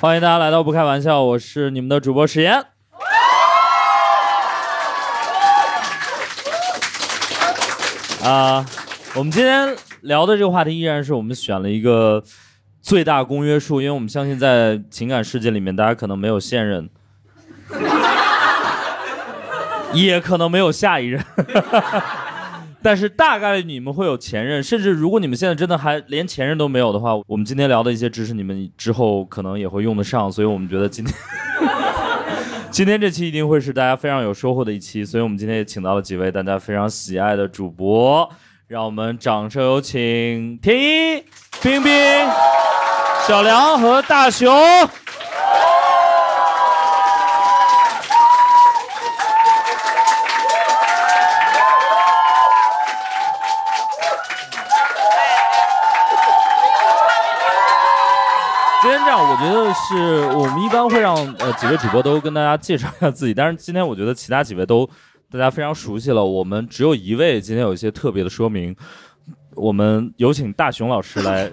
欢迎大家来到《不开玩笑》，我是你们的主播史岩。啊、我们今天聊的这个话题依然是我们选了一个最大公约数，因为我们相信在情感世界里面，大家可能没有现任，也可能没有下一任， 但是大概率你们会有前任，甚至如果你们现在真的还连前任都没有的话，我们今天聊的一些知识，你们之后可能也会用得上，所以我们觉得今天。 今天这期一定会是大家非常有收获的一期，所以我们今天也请到了几位大家非常喜爱的主播，让我们掌声有请天一、冰冰、小梁和大熊。今天这样，我觉得是我们一般会让呃几位主播都跟大家介绍一下自己，但是今天我觉得其他几位都大家非常熟悉了，我们只有一位今天有一些特别的说明，我们有请大熊老师 来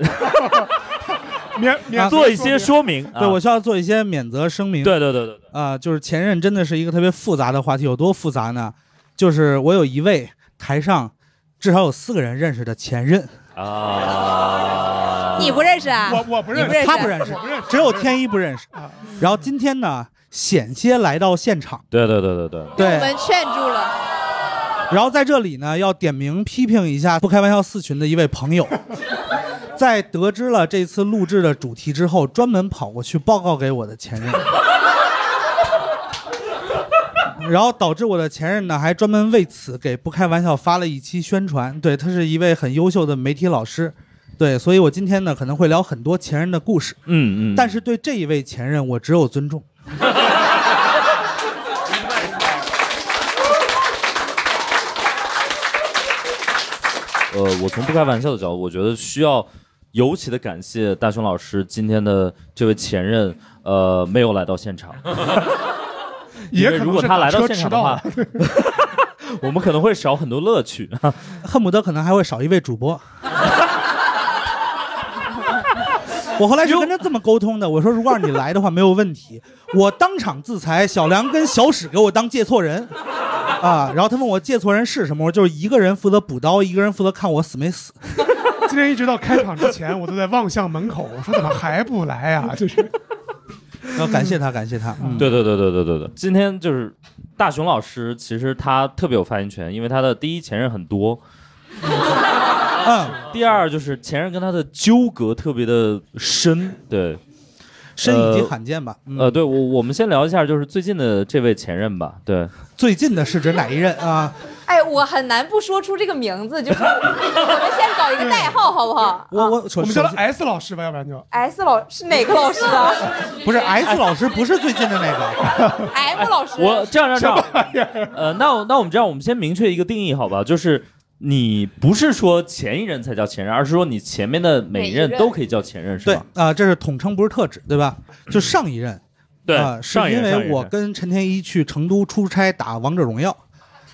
免啊免做一些说明。对，我啊需要做一些免责声明。对对对对对，啊、就是前任真的是一个特别复杂的话题，有多复杂呢？就是我有一位台上至少有四个人认识的前任，啊， 你不认识啊？我不你不认识啊他呃不认识，不认识只有天一不认识。啊然后今天呢，险些来到现场，对对对对对，我对。们劝住了。然后在这里呢，要点名批评一下不开玩笑四群的一位朋 友，在得知了这次录制的主题之后，专门跑过去报告给我的前任。然后导致我的前任呢，还专门为此给不开玩笑发了一期宣传。对他是一位很优秀的媒体老师，对，所以我今天呢可能会聊很多前任的故事，嗯嗯，但是对这一位前任我只有尊重。呃，我从不开玩笑的角度，我觉得需要尤其的感谢大熊老师今天的这位前任，呃，没有来到现场。因也为可能如果是他打来到车现迟场的到话， 我们可能会少很多乐趣。恨不得可能还会少一位主播。我后来是跟他这么沟通的，我说如果让你来的话没有问题，我当场自裁，小梁跟小史给我当借错人，啊，然后他问我借错人是什么，我说就是一个人负责补刀，一个人负责看我死没死，今天一直到开 场 之前，我都在望向门口，我说怎么还不来啊？就是然后啊感谢他，感谢他，嗯，对对对对对对对，今天就是大熊老师，其实他特别有发言权，因为他的第一前任很多，嗯，第二就是前任跟他的纠葛特别的深，对。深以及罕见吧，嗯，呃，对我，我们先聊一下，就是最近的这位前任吧。对，最近的是指哪一任啊？哎，我很难不说出这个名字， 就是我们先搞一个代号，好不好？我我啊我我们叫他 S 老师吧，要不然就哎 S 老是哪个老师啊 不是 S 老师不是最近的那个， ？M 老师，我这样这样这样，呃，那我那我们这样，我们先明确一个定义，好吧？就是你不是说前一任才叫前任，而是说你前面的每一任每一任都可以叫前任，是对吧啊？、这是统称不是特指对吧？就上一任。啊，是因为我跟陈天一去成都出差打王者荣耀，啊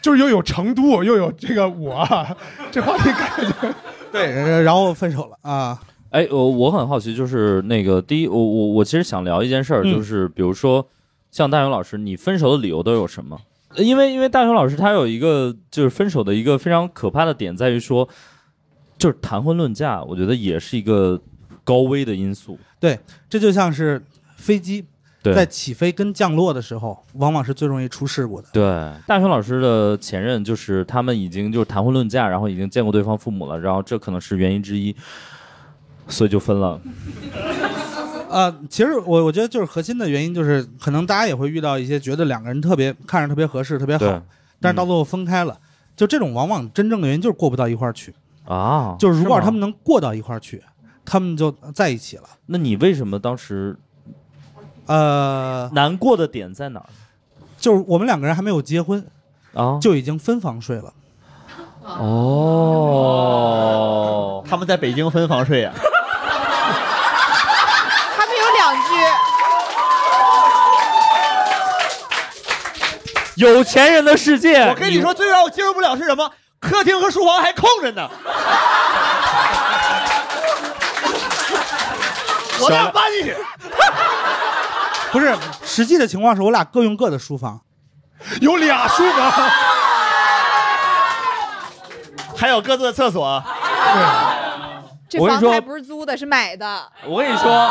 就是又有成都，又有这个我， 这话题感觉对， 然后分手了啊。哎，我我很好奇，就是那个第一，我我我其实想聊一件事儿，嗯就是比如说，像大勇老师，你分手的理由都有什么？呃因为因为大勇老师他有一个就是分手的一个非常可怕的点在于说，就是谈婚论嫁，我觉得也是一个高危的因素。这就像是飞机对在起飞跟降落的时候，往往是最容易出事故的。对，大雄老师的前任就是他们已经就是谈婚论嫁，然后已经见过对方父母了，然后这可能是原因之一，所以就分了。呃，其实我我觉得就是核心的原因就是，可能大家也会遇到一些觉得两个人特别看着特别合适、特别好，但是到最后分开了。就这种往往真正的原因就是过不到一块儿去，啊，就是如果吗他们能过到一块儿去，他们就在一起了。那你为什么当时呃，难过的点在哪儿？就是我们两个人还没有结婚，啊，就已经分房睡了。哦，他们在北京分房睡呀、他们有两居，有钱人的世界，我跟你说，，最让我接受不了是什么？客厅和书房还空着呢。我俩搬进去，不是，实际的情况是我俩各用各的书房，有俩书房，还有各自的厕所。这我跟你房子说还不是租的，是 买的。我跟你说，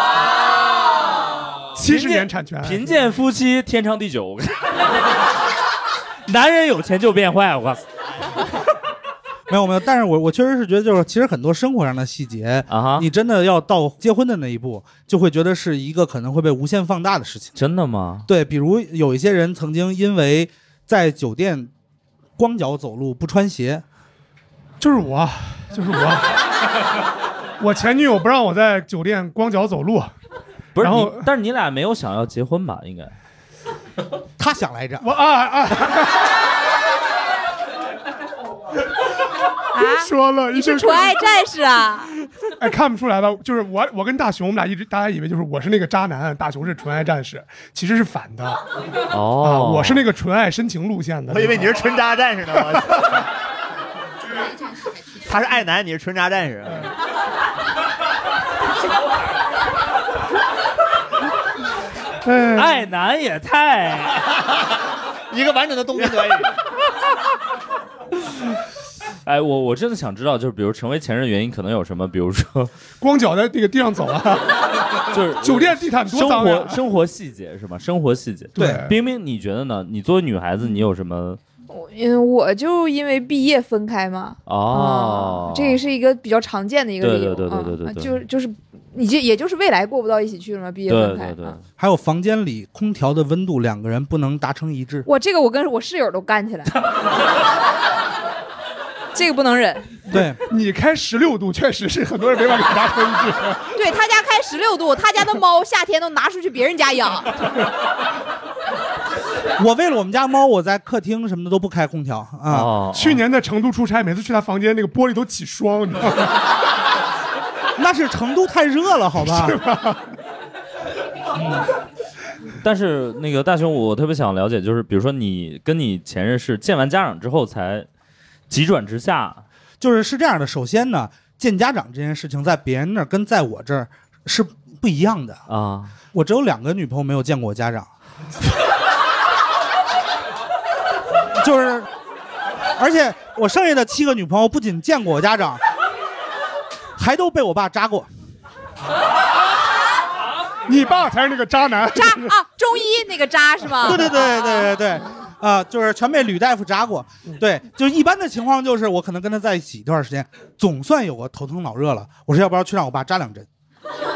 七十年产权，贫贱夫妻天长地久。 我跟你说男人有钱就变坏，我告诉你 没有没有，但是我我确实是觉得，就是其实很多生活上的细节，啊哈，你真的要到结婚的那一步，就会觉得是一个可能会被无限放大的事情。真的吗？对，比如有一些人曾经因为在酒店光脚走路不穿鞋，就是我，啊就 是我。啊我前女友不让我在酒店光脚走路，不是然你后，但是你俩没有想要结婚吧？应该他想来着，我啊啊，啊， 说了一句纯爱战士啊！ 哎，看不出来吧？就是我，我跟大熊，我们俩一直大家以为就是我是那个渣男，大熊是纯爱战士，其实是反的啊，哦，我是那个纯爱深情路线的。我以为你是纯渣战士呢。我他是爱男，你是纯渣战士。哎，爱男也太……一个完整的东西 可以。哎，我我真的想知道，就是比如成为前任原因可能有什么？比如说，光脚在那个地上走啊，就是 酒店地毯多生脏呀活！生活细节是吗？生活细节。对冰冰，你觉得呢？你作为女孩子，你有什么？嗯，我就因为毕业分开嘛。嗯哦，这也是一个比较常见的一个理由，对对对对对对啊对就是就是，你就也就是未来过不到一起去了嘛，毕业对分开。对对啊，还有房间里空调的温度两个人不能达成一致。我这个我跟我室友都干起来， 这个不能忍。对，你开十六度，确实是很多人没办法达成一致。对他家开十六度，他家的猫夏天都拿出去别人家养，我为了我们家猫，我在客厅什么的都不开空调啊。哦，去年在成都出差，每次去他房间，那个玻璃都起霜，你知道 吗？那是成都太热了，好 吧？但是那个大雄，我特别想了解，就是比如说你跟你前任是见完家长之后才急转直下，就是是这样的，首先呢，见家长这件事情在别人那儿跟在我这儿是不一样的。啊，我只有两个女朋友没有见过我家长， 就是，而且我剩下的七个女朋友不仅见过我家长，还都被我爸扎过。 你爸才是那个渣男。扎啊，中医那个扎是吗？啊对对对对对对，啊、就是全被吕大夫扎过。嗯对，就一般的情况就是我可能跟他在一起一段时间，总算有个头疼脑热了，我说要不要去让我爸扎两针，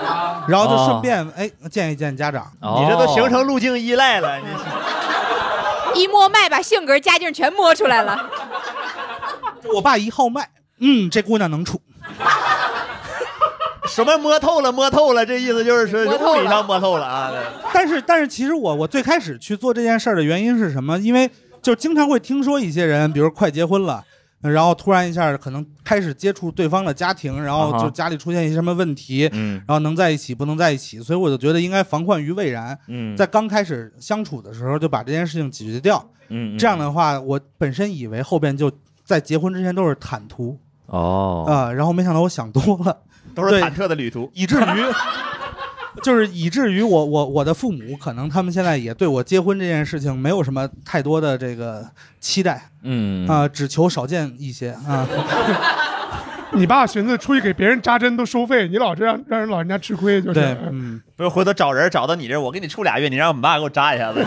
啊然后就哦顺便哎见一见家长。哦你这都形成路径依赖了。你一摸脉把性格家境全摸出来了。我爸一号脉，嗯，这姑娘能处。什么摸透了，摸透了，这意思就是说摸透物了理上摸透了啊。对但是但是其实我我最开始去做这件事儿的原因是什么？因为就经常会听说一些人，比如快结婚了。然后突然一下，可能开始接触对方的家庭，然后啊就哈家里出现一些什么问题，嗯然后能在一起不能在一起，所以我就觉得应该防患于未然，嗯，在刚开始相处的时候就把这件事情解决掉。嗯嗯这样的话，我本身以为后边就在结婚之前都是坦途哦啊、然后没想到我想多了，都是忐忑的旅途。以至于就是以至于我我我的父母可能他们现在也对我结婚这件事情没有什么太多的这个期待 嗯啊、只求少见一些啊、你爸寻思出去给别人扎针都收费，你老这样让人老人家吃亏，就是。对，嗯，不是回头找人找到你这儿，我给你处俩月，你让我们爸给我扎一 下子。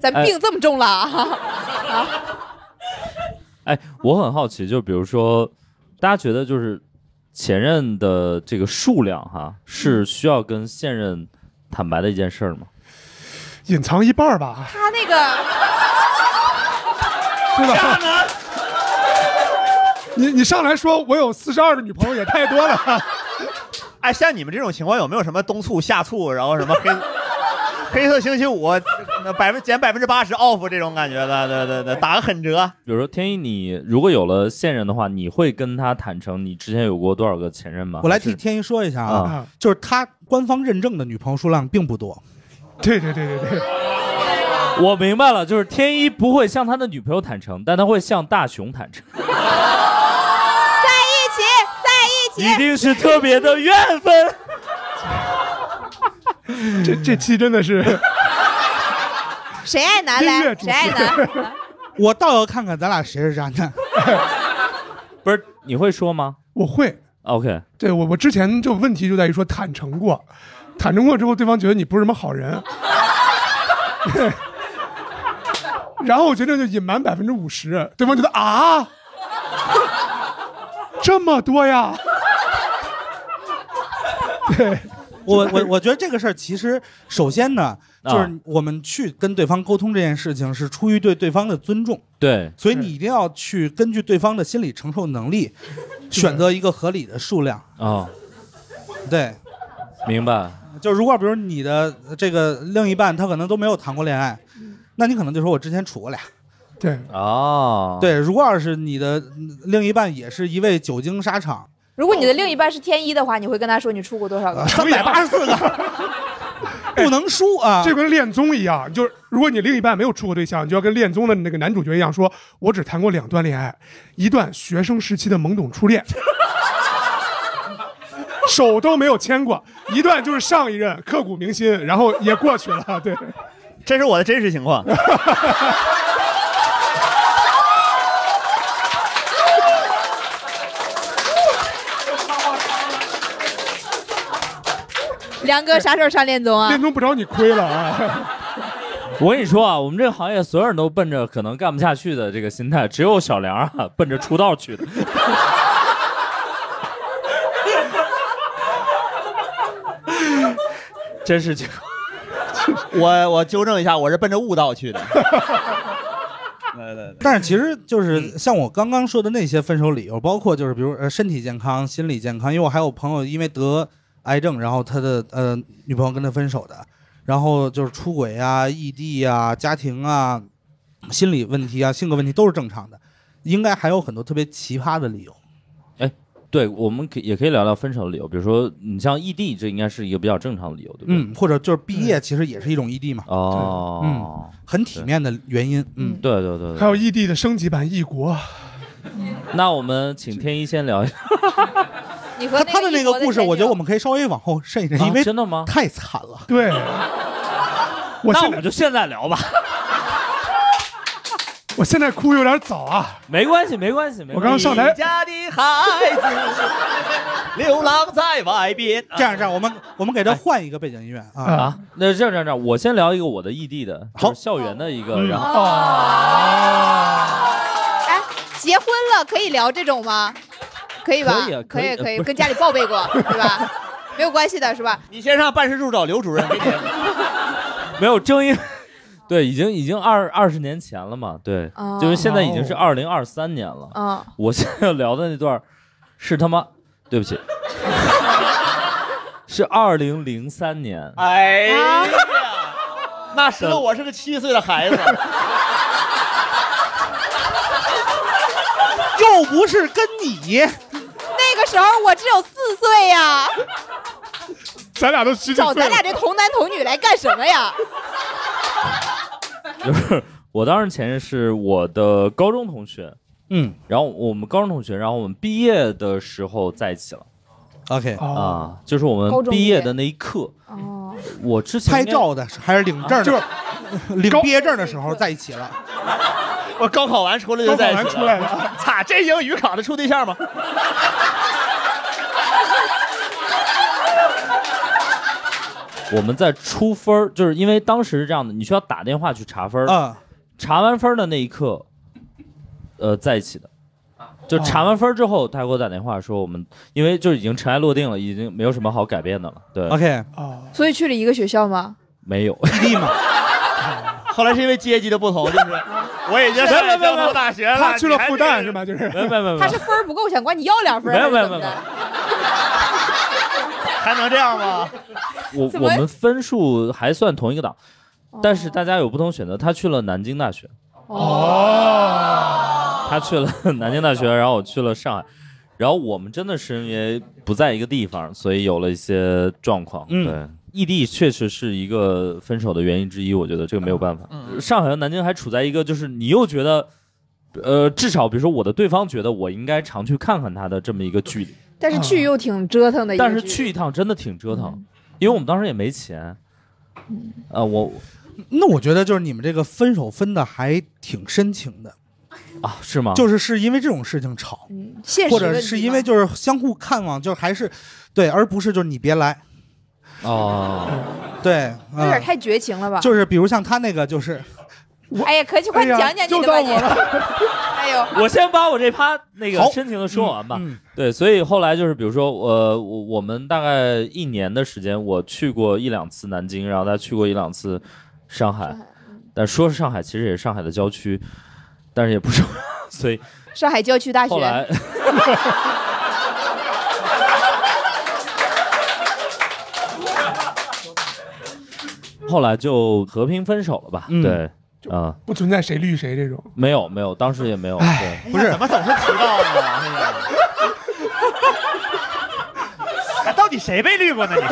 咱病这么重了 啊！哎，我很好奇，就比如说，大家觉得就是前任的这个数量哈，是需要跟现任坦白的一件事儿吗？隐藏一半儿吧，他那个对吧？ 你你上来说我有四十二个女朋友也太多了， 哎，像你们这种情况有没有什么冬促夏促，然后什么黑 黑色星期五，那百分减百分之八十 off 这种感觉的？对对对，打个狠折。比如说天一，你如果有了现任的话，你会跟他坦诚你之前有过多少个前任吗？我来替天一说一下啊，就是他官方认证的女朋友数量并不多。对对对对对，我明白了，就是天一不会向他的女朋友坦诚，但他会向大熊坦诚，在一起，在一一起，定是特别的缘分。这这期真的是谁爱男音乐来，主谁爱男。 我倒要看看咱俩谁是渣男。不是你会说吗我会， ？OK，对我我之前就问题就在于说坦诚过，坦诚过之后，对方觉得你不是什么 好人，对，然后我决定就隐瞒百分之五十，对方觉得啊，这么多呀，对， 我我我觉得这个事儿其实首先呢，就是我们去跟对方沟通这件事情是出于对对方的尊重，对，所以你一定要去根据对方的心理承受能力，选择一个合理的数量。哦，对，明白。就如果比如你的这个另一半他可能都没有谈过恋爱，那你可能就说我之前处过俩。对，哦，，对，如果要是你的嗯另一半也是一位久经沙场， 如果你的另一半是天一的话，你会跟他说你出过多少个？三百八十四个， 不能输啊！这跟恋综一样，就是如果你另一半没有处过对象，你就要跟恋综的那个男主角一样，说我只谈过两段恋爱，一段学生时期的懵懂初恋， 手都没有牵过；一段就是上一任刻骨铭心，然后也过去了。对， 这是我的真实情况。 梁哥啥时候上恋综啊恋？综不找你亏了啊！我跟你说啊，我们这个行业所有人都奔着可能干不下去的这个心态，只有小梁啊奔着出道去的。真是 情况，我我纠正一下，我是奔着悟道去 的。对对对，但是其实就是嗯像我刚刚说的那些分手理由，包括就是比如呃身体健康、心理健康，因为我还有朋友因为得癌症，然后他的呃女朋友跟他分手的，然后就是出轨啊、异地啊、家庭啊、心理问题啊、性格问题都是正常的，应该还有很多特别奇葩的理由。 对我们可也可以聊聊分手的理由，比如说你像异地，这应该是一个比较正常的理由，对不对？嗯，或者就是毕业其实也是一种异地嘛，哦，很体面的原因。嗯，对对对还对。有异地的升级版异国，那我们请天一先聊一下，你和他他的那一国个故事，我觉得我前女友们可以稍微往后慎一点，因啊为真的吗？太惨了。对，那我我现在们就现在聊吧，我现在哭有点早啊！没关系，没关系，没我关系。刚刚上台你，家的孩子 流浪在外边。这样这样，我们我们给他换一个背景音乐啊。啊 啊，那这样这样这样，我先聊一个我的异地的，好就是校园的一个，然后哎 结婚了可以聊这种吗？可以吧可以啊？可可以可以，呃不是跟家里报备过对 吧？没有关系的是吧？你先上办事处找刘主任给你。没有正因，对，已经已经二二十年前了嘛，对，哦就是现在已经是二零二三年了。嗯，我现在要聊的那段儿是他妈，对不起，是二零零三年，哎呀，那时候候我是个七岁的孩子， 又不是跟你，那个时候我只有四岁呀，咱俩都十几找岁咱了俩，这童男童女来干什么呀？就是 我当时前任是我的高中同学，嗯然后我们高中同学，然后我们毕业的时候在一起了，OK，啊，啊，就是我高们中毕毕业业的那一刻，哦，我之前拍应该照的还是领证的，就是领高毕业证的时候在一起了。我高考完出来就高考在一起完出来了，擦，这英语考得处对象吗？我们在出分儿，就是因为当时是这样的，你需要打电话去查分儿。嗯，查完分儿的那一刻，呃，在一起的。哦就查完分儿之后，他给我打电话说我们，因为就已经尘埃落定了，已经没有什么好改变的了。对， ，OK，啊，所以去了一个学校吗？没有。 异地嘛，后来是因为阶级的不同，就是我已经上了交通大学了，他去了复旦是吧？吧？就是嗯没有没有没有没他有是分儿不够，想管你要两分儿，没有还是没有怎么的没有还能这样吗？我怎我么们分数还算同一个档，哦但是大家有不同选择。他去了南京大学，哦，他去了 南京大学，然后我去了上海，然后我们真的是因为不在一个地方，所以有了一些状况。对，异地确实是一个分手的原因之一，我觉得这个没有办法。上海和南京还处在一个就是你又觉得。呃，至少比如说我的对方觉得我应该常去看看他的这么一个距离，但是去又挺折腾的一个嗯但剧，是去一趟真的挺折腾，因为我们当时也没钱。呃，我嗯那我觉得就是你们这个分手分的还挺深情的，啊，是吗？就是是因为这种事情吵，现实或者问题是因为就是相互看望，就是还是对，而不是就是你别来，哦，对，有嗯，点太绝情了吧？就是比如像他那个就是哎呀，可就快哎呀讲讲你就的吧到你我。哎呦，我先把我这趴那个好深情的说完吧。嗯对，所以后来就是，比如说，呃，我我们大概一年的时间，我去过一两次南京，然后他去过一两次上海，但说是上海，其实也是上海的郊区，但是也不是， 所以上海郊区大后来学，后来就和平分手了吧？嗯对，啊、不存在谁绿谁这种。没有没有，当时也没有。对，哎呀不是怎么总是迟到呢？哎呀 哎到底谁被绿过呢？你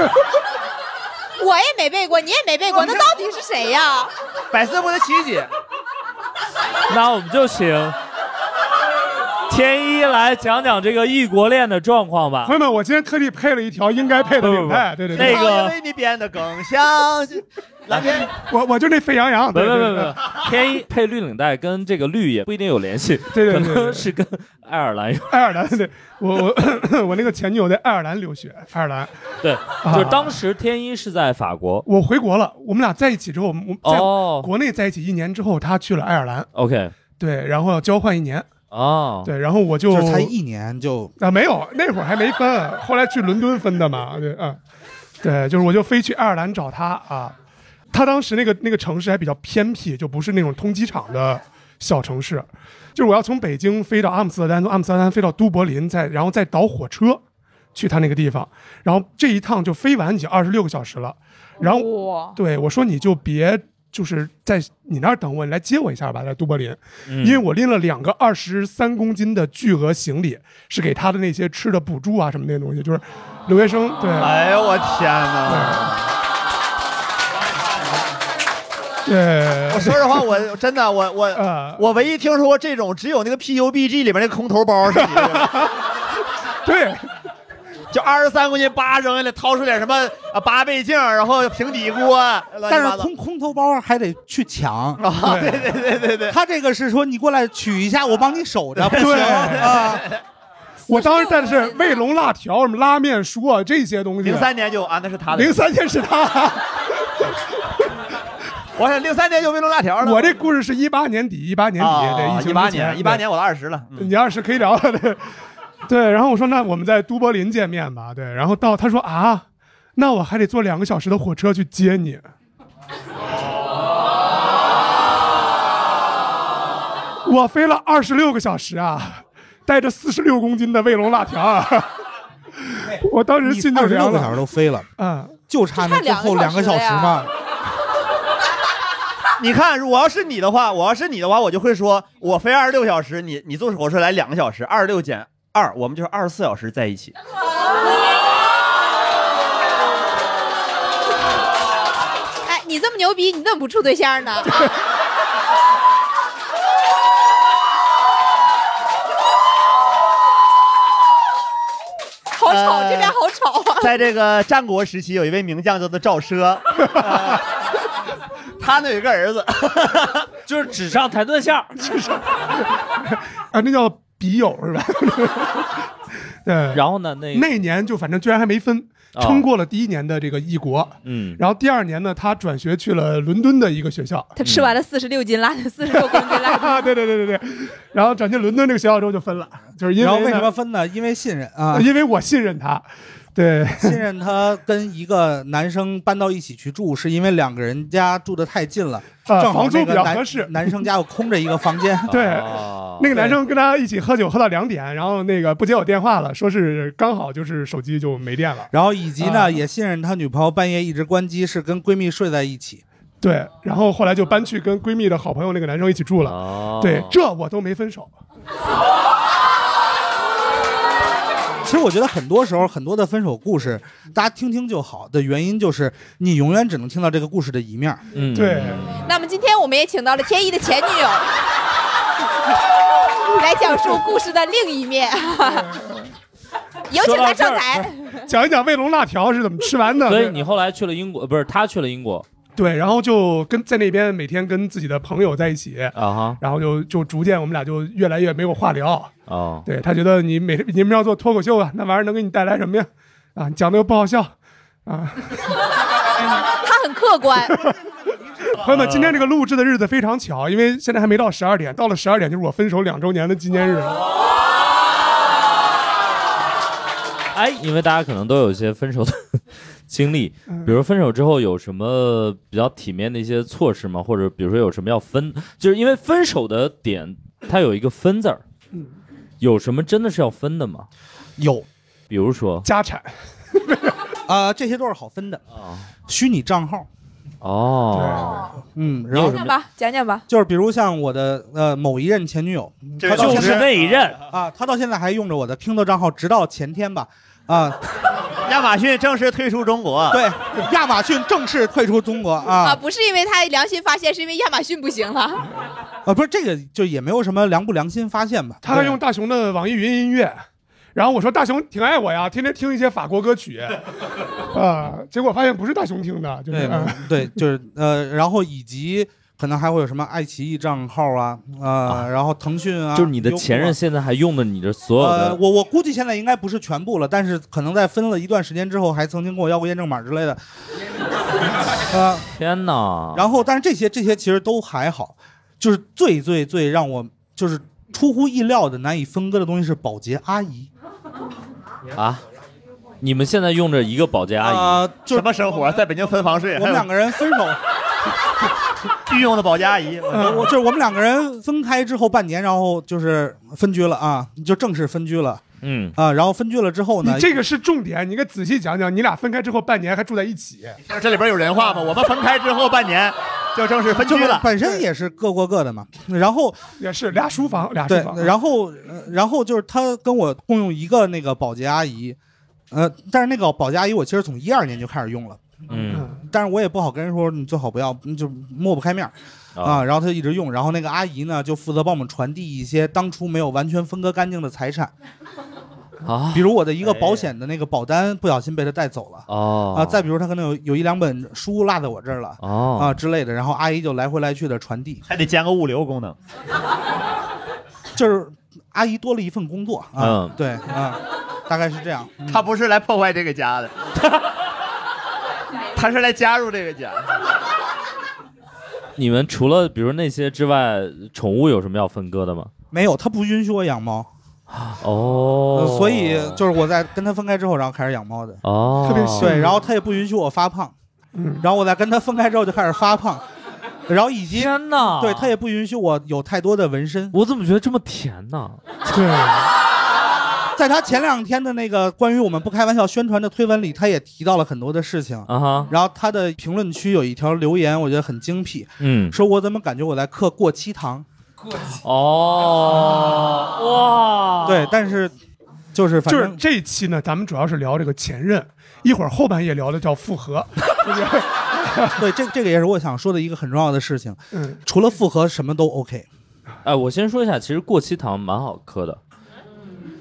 我也没背过，你也没 背过，那到底是谁呀？百思不得其 解。那我们就请天一来讲讲这个异国恋的状况吧朋。友们，我今天特地配了一条应该配的领带，不对不不那对对，个因为你变得更像蓝天。我我就那沸 羊羊，没没对对没对没，天一配绿领带跟这个绿也不一定有联系，对对可对对能对是跟爱尔兰有。爱尔兰，对我我 我那个前女友在爱尔兰留学，爱尔兰，对，就是当时天一是在法国。我回国了，我们俩在一起之后，我们在哦国内在一起一年之后，他去了爱尔兰， ，OK，对，然后要交换一年，哦，对，然后我就就是才一年就啊，没有，那会儿还没分，后来去伦敦分的嘛，对，嗯，对，就是我就飞去爱尔兰找他啊，他当时那个那个城市还比较偏僻，就不是那种通机场的小城市，就是我要从北京飞到阿姆斯特丹，从阿姆斯特丹飞到都柏林，再然后再倒火车去他那个地方，然后这一趟就飞完已经二十六个小时了，然后哇，对我说你就别就是在你那儿等我，你来接我一下吧，在都柏林。嗯因为我拎了两个二十三公斤的巨额行李，是给他的那些吃的补助啊什么那些东西，就是留学生对、哎呦我天哪！对我，说实话，我真的我 我呃我唯一听说过这种，只有那个 PUBG 里面那个空头包是你这 个，对就二十三块钱八扔下来，掏出点什么啊八倍镜，然后平底锅，乱七但是八糟空空头包还得去 抢。啊，对对对对对，他这个是说你过来取一下，我帮你守 着，不行对啊。我当时带的是卫龙辣条、什么拉面书啊这些东西。零三年就啊那是他的，零三年是他， 我想零三年就卫龙辣条了，哦我这故事是一八年底，一八年底，对，疫情一八之前年，一对八年我都二十了，嗯你二十可以聊了，对，对。然后我说那我们在都柏林见面吧，对。然后到他说啊，那我还得坐两个小时的火车去接你。 我飞了二十六个小时啊，带着四十六公斤的卫龙辣条啊，我当时心就哎二十凉六个小时了。都飞了，啊、就差那最后两个小时嘛。 你看，我要是你的话，我要是你的话，我就会说，我飞二十六小时，你你坐火车来两个小时，二十六减二，我们就是二十四小时 在一起。哎，你这么牛逼，你怎么不处对象 呢？好吵，呃这边好吵啊！ 在 这个战国时期，有一位名将叫做赵奢，呃他呢有一个儿子，就是纸上谈对象。 啊，那叫笔友是吧？ 对。然后呢，那个那年就反正居然还没分，哦撑过了第一年的这个异国。嗯，然后第二年呢，他转学去了伦敦的一个学校。他吃完嗯了四十六斤辣的，四十六公斤辣的，啊，对对对对对，然后转进伦敦这个学校之后就分了，就是因然后为为呢什么分呢？因为信任啊呃。因为我信任他，对， 信任他跟一个男生搬到一起去住，是因为两个人家住的太近了， 啊正好房租那个比较男合适。男生家又空着一个房间 哦对，那个男生跟他一起喝酒，喝到两点，然后那个不接我电话了，说是刚好就是手机就没电了。然后以及啊呢，也信任他女朋友半夜一直关机，是跟闺蜜睡在一起。对，然后后来就搬去跟闺蜜的好朋友那个男生一起住了。哦对，这我都没分手。其实我觉得很多时候很多的分手故事，大家听听就好的原因就是你永远只能听到这个故事的一面儿。嗯，对，那么今天我们也请到了天一的前女 友，来讲述故事的另一面。有请他上台。讲一讲卫龙辣条是怎么吃完的。所以你后来去了英国，呃不是他去了英国对，然后就跟在那边每天跟自己的朋友在一起，啊哈然后就就逐渐我们俩就越来越没有话聊。哦，对他觉得你每你们要做脱口秀啊，那玩意儿能给你带来什么呀？啊，讲的又不好笑啊。他很客观，朋友们，今天这个录制的日子非常巧，因为现在还没到十二点，到了十二点就是我分手两周年的纪念日。哦哎，因为大家可能都有一些分 手的经历，嗯比如分手之后有什么比较体面的一些措施吗？或者比如说有什么要分，就是因为分手的点它有一个分字儿，嗯有什么真的是要分的吗？有比如说家产， 啊、这些都是好分的。虚拟账号，哦，嗯，然有后什么讲吧，讲讲吧。就是比如像我的呃某一任前女友，这他位到老就现师是在那一任啊，她到现在还用着我的 Kindle 账号，直到前天吧。啊， 亚马逊正式退出中国。对，亚马逊正式退出中国啊，啊不是因为他良心发现，是因为亚马逊不行了。啊，不是这个就也没有什么良不良心发现吧？他还用大熊的网易云音乐。然后我说大熊挺爱我呀，天天听一些法国歌曲， 啊、结果发现不是大熊听的，就是、对嗯对，就是呃，然后以及可能还会有什么爱奇艺账号啊，呃，然后腾讯啊，就是你的前任优酷啊现在还用的你的所有呃，的，我我估计现在应该不是全部了，但是可能在分了一段时间之后，还曾经跟我要过验证码之类的。呃，天哪！然后但是这些这些其实都还好，就是最最最让我就是出乎意料的难以分割的东西是保洁阿姨。啊，你们现在用着一个保洁阿姨，呃，就什是么生活？在北京分房睡，我们两个个人分手， 御用的保洁阿姨。 呃我我就是我们两个人分开之后半年，然后就是分居了啊，就正式分居了嗯，啊。然后分居了之后你呢，这个是重点，你应该仔细讲讲，你俩分开之后半年还住在一起， 这里边有人话吗？我们分开之后半年就正式分就居是了。本身也是各过各的嘛。然后也是俩书房，俩书对房，，然后、呃然后就是他跟我共用一个那个保洁阿姨，呃，但是那个保洁阿姨我其实从一二年就开始用了，嗯嗯，但是我也不好跟人说你最好不要，嗯就抹不开面儿啊、啊然后他就一直用，然后那个阿姨呢就负责帮我们传递一些当初没有完全分割干净的财产， 啊比如我的一个哎保险的那个保单不小心被他带走了哦啊、再比如他可能有有一两本书落在我这儿了哦啊、之类的，然后阿姨就来回来去的传递，还得兼个物流功能，就是阿姨多了一份工作啊、嗯对啊、 大概是这样。他不是来破坏这个家的，他是来加入这个家。你们除了比如那些之外，宠物有什么要分割的吗？没有，他不允许我养猫，哦呃，所以就是我在跟他分开之后，然后开始养猫的。哦，特别喜对，然后他也不允许我发胖，嗯然后我在跟他分开之后就开始发胖，然后以及天呐，对他也不允许我有太多的纹身。我怎么觉得这么甜呢？ 对， 在他前两天的那个关于我们不开玩笑宣传的推文里，他也提到了很多的事情。啊哈，然后他的评论区有一条留言，我觉得很精辟，嗯，说我怎么感觉我在嗑过期糖？哦，哇，呃对，但是就是反就是正这一期呢，咱们主要是聊这个前任，一会儿后半夜聊的叫复合，对这这个也是我想说的一个很重要的事情，嗯，除了复合什么都 OK。哎，我先说一下，其实过期糖蛮好嗑的，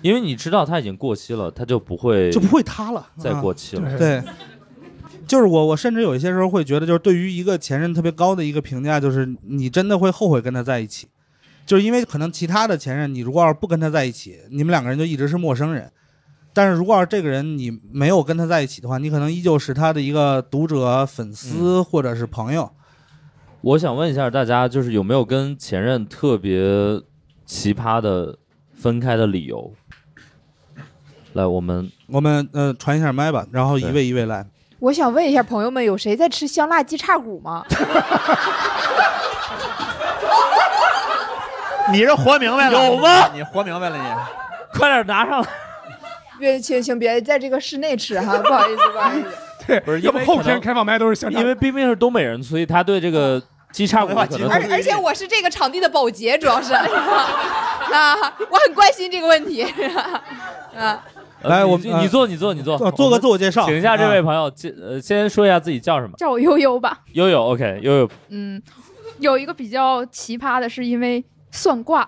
因为你知道它已经过期了，它就不会就不会塌了，再啊过期了。对，就是我，我甚至有一些时候会觉得，就是对于一个前任特别高的一个评价，就是你真的会后悔跟他在一起，就是因为可能其他的前任，你如果要是不跟他在一起，你们两个人就一直是陌生人。但是如果要是这个人你没有跟他在一起的话，你可能依旧是他的一个读者、粉丝嗯或者是朋友。我想问一下大家，就是有没有跟前任特别奇葩的分开的理由？来，我们我们呃传一下麦吧，然后一位一位来。我想问一下朋友们，有谁在吃香辣鸡叉骨吗？你是活明白了？有吗？你活明白了你？ 快点拿上来。别，请请别在这个室内吃哈， 不好意思，不好意 思。对，不是要不因为后可天能开放麦都是香肠因。为冰冰是东北人，所以他对这个鸡叉骨可能哎而而且我是这个场地的保洁，主要是 啊，我很关心这个问题 啊。呃来你我们你坐，你坐，你坐做，做个自我介绍，请一下这位朋友，介呃，先说一下自己叫什么。叫我悠悠吧。悠悠，OK，悠悠，嗯，有一个比较奇葩的是因为算卦，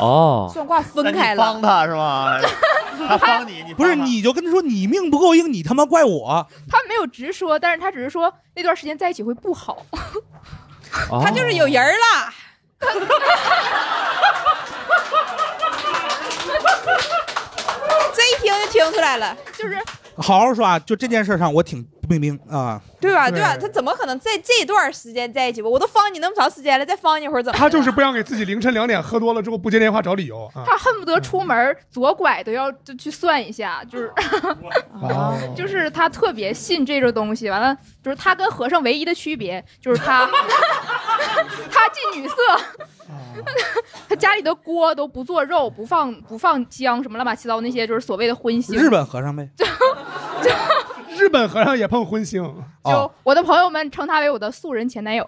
哦，算卦分开那你帮了，他是 吧？他帮你，你帮他不是你就跟他说你命不够硬，你他妈怪我。他没有直说，但是他只是说那段时间在一起会不好。哦他就是有人儿 了。 这一听就听出来了，就是好好说啊，就这件事上我挺冰冰啊。对吧？对吧？对他怎么可能在这段时间在一起吧？我都帮你那么长时间了，再帮你一会儿怎么的？他就是不想给自己凌晨两点喝多了之后不接电话找理由啊。他恨不得出门左拐都要就去算一下，就是 哦，就是他特别信这个东西。完了，就是他跟和尚唯一的区别就是 他他近女色，哦 他家里的锅都不做肉，不放不放姜什么乱七八糟那些，就是所谓的荤腥。日本和尚呗， 日本和尚也碰荤腥，哦就我的朋友们称他为我的素人前 男友。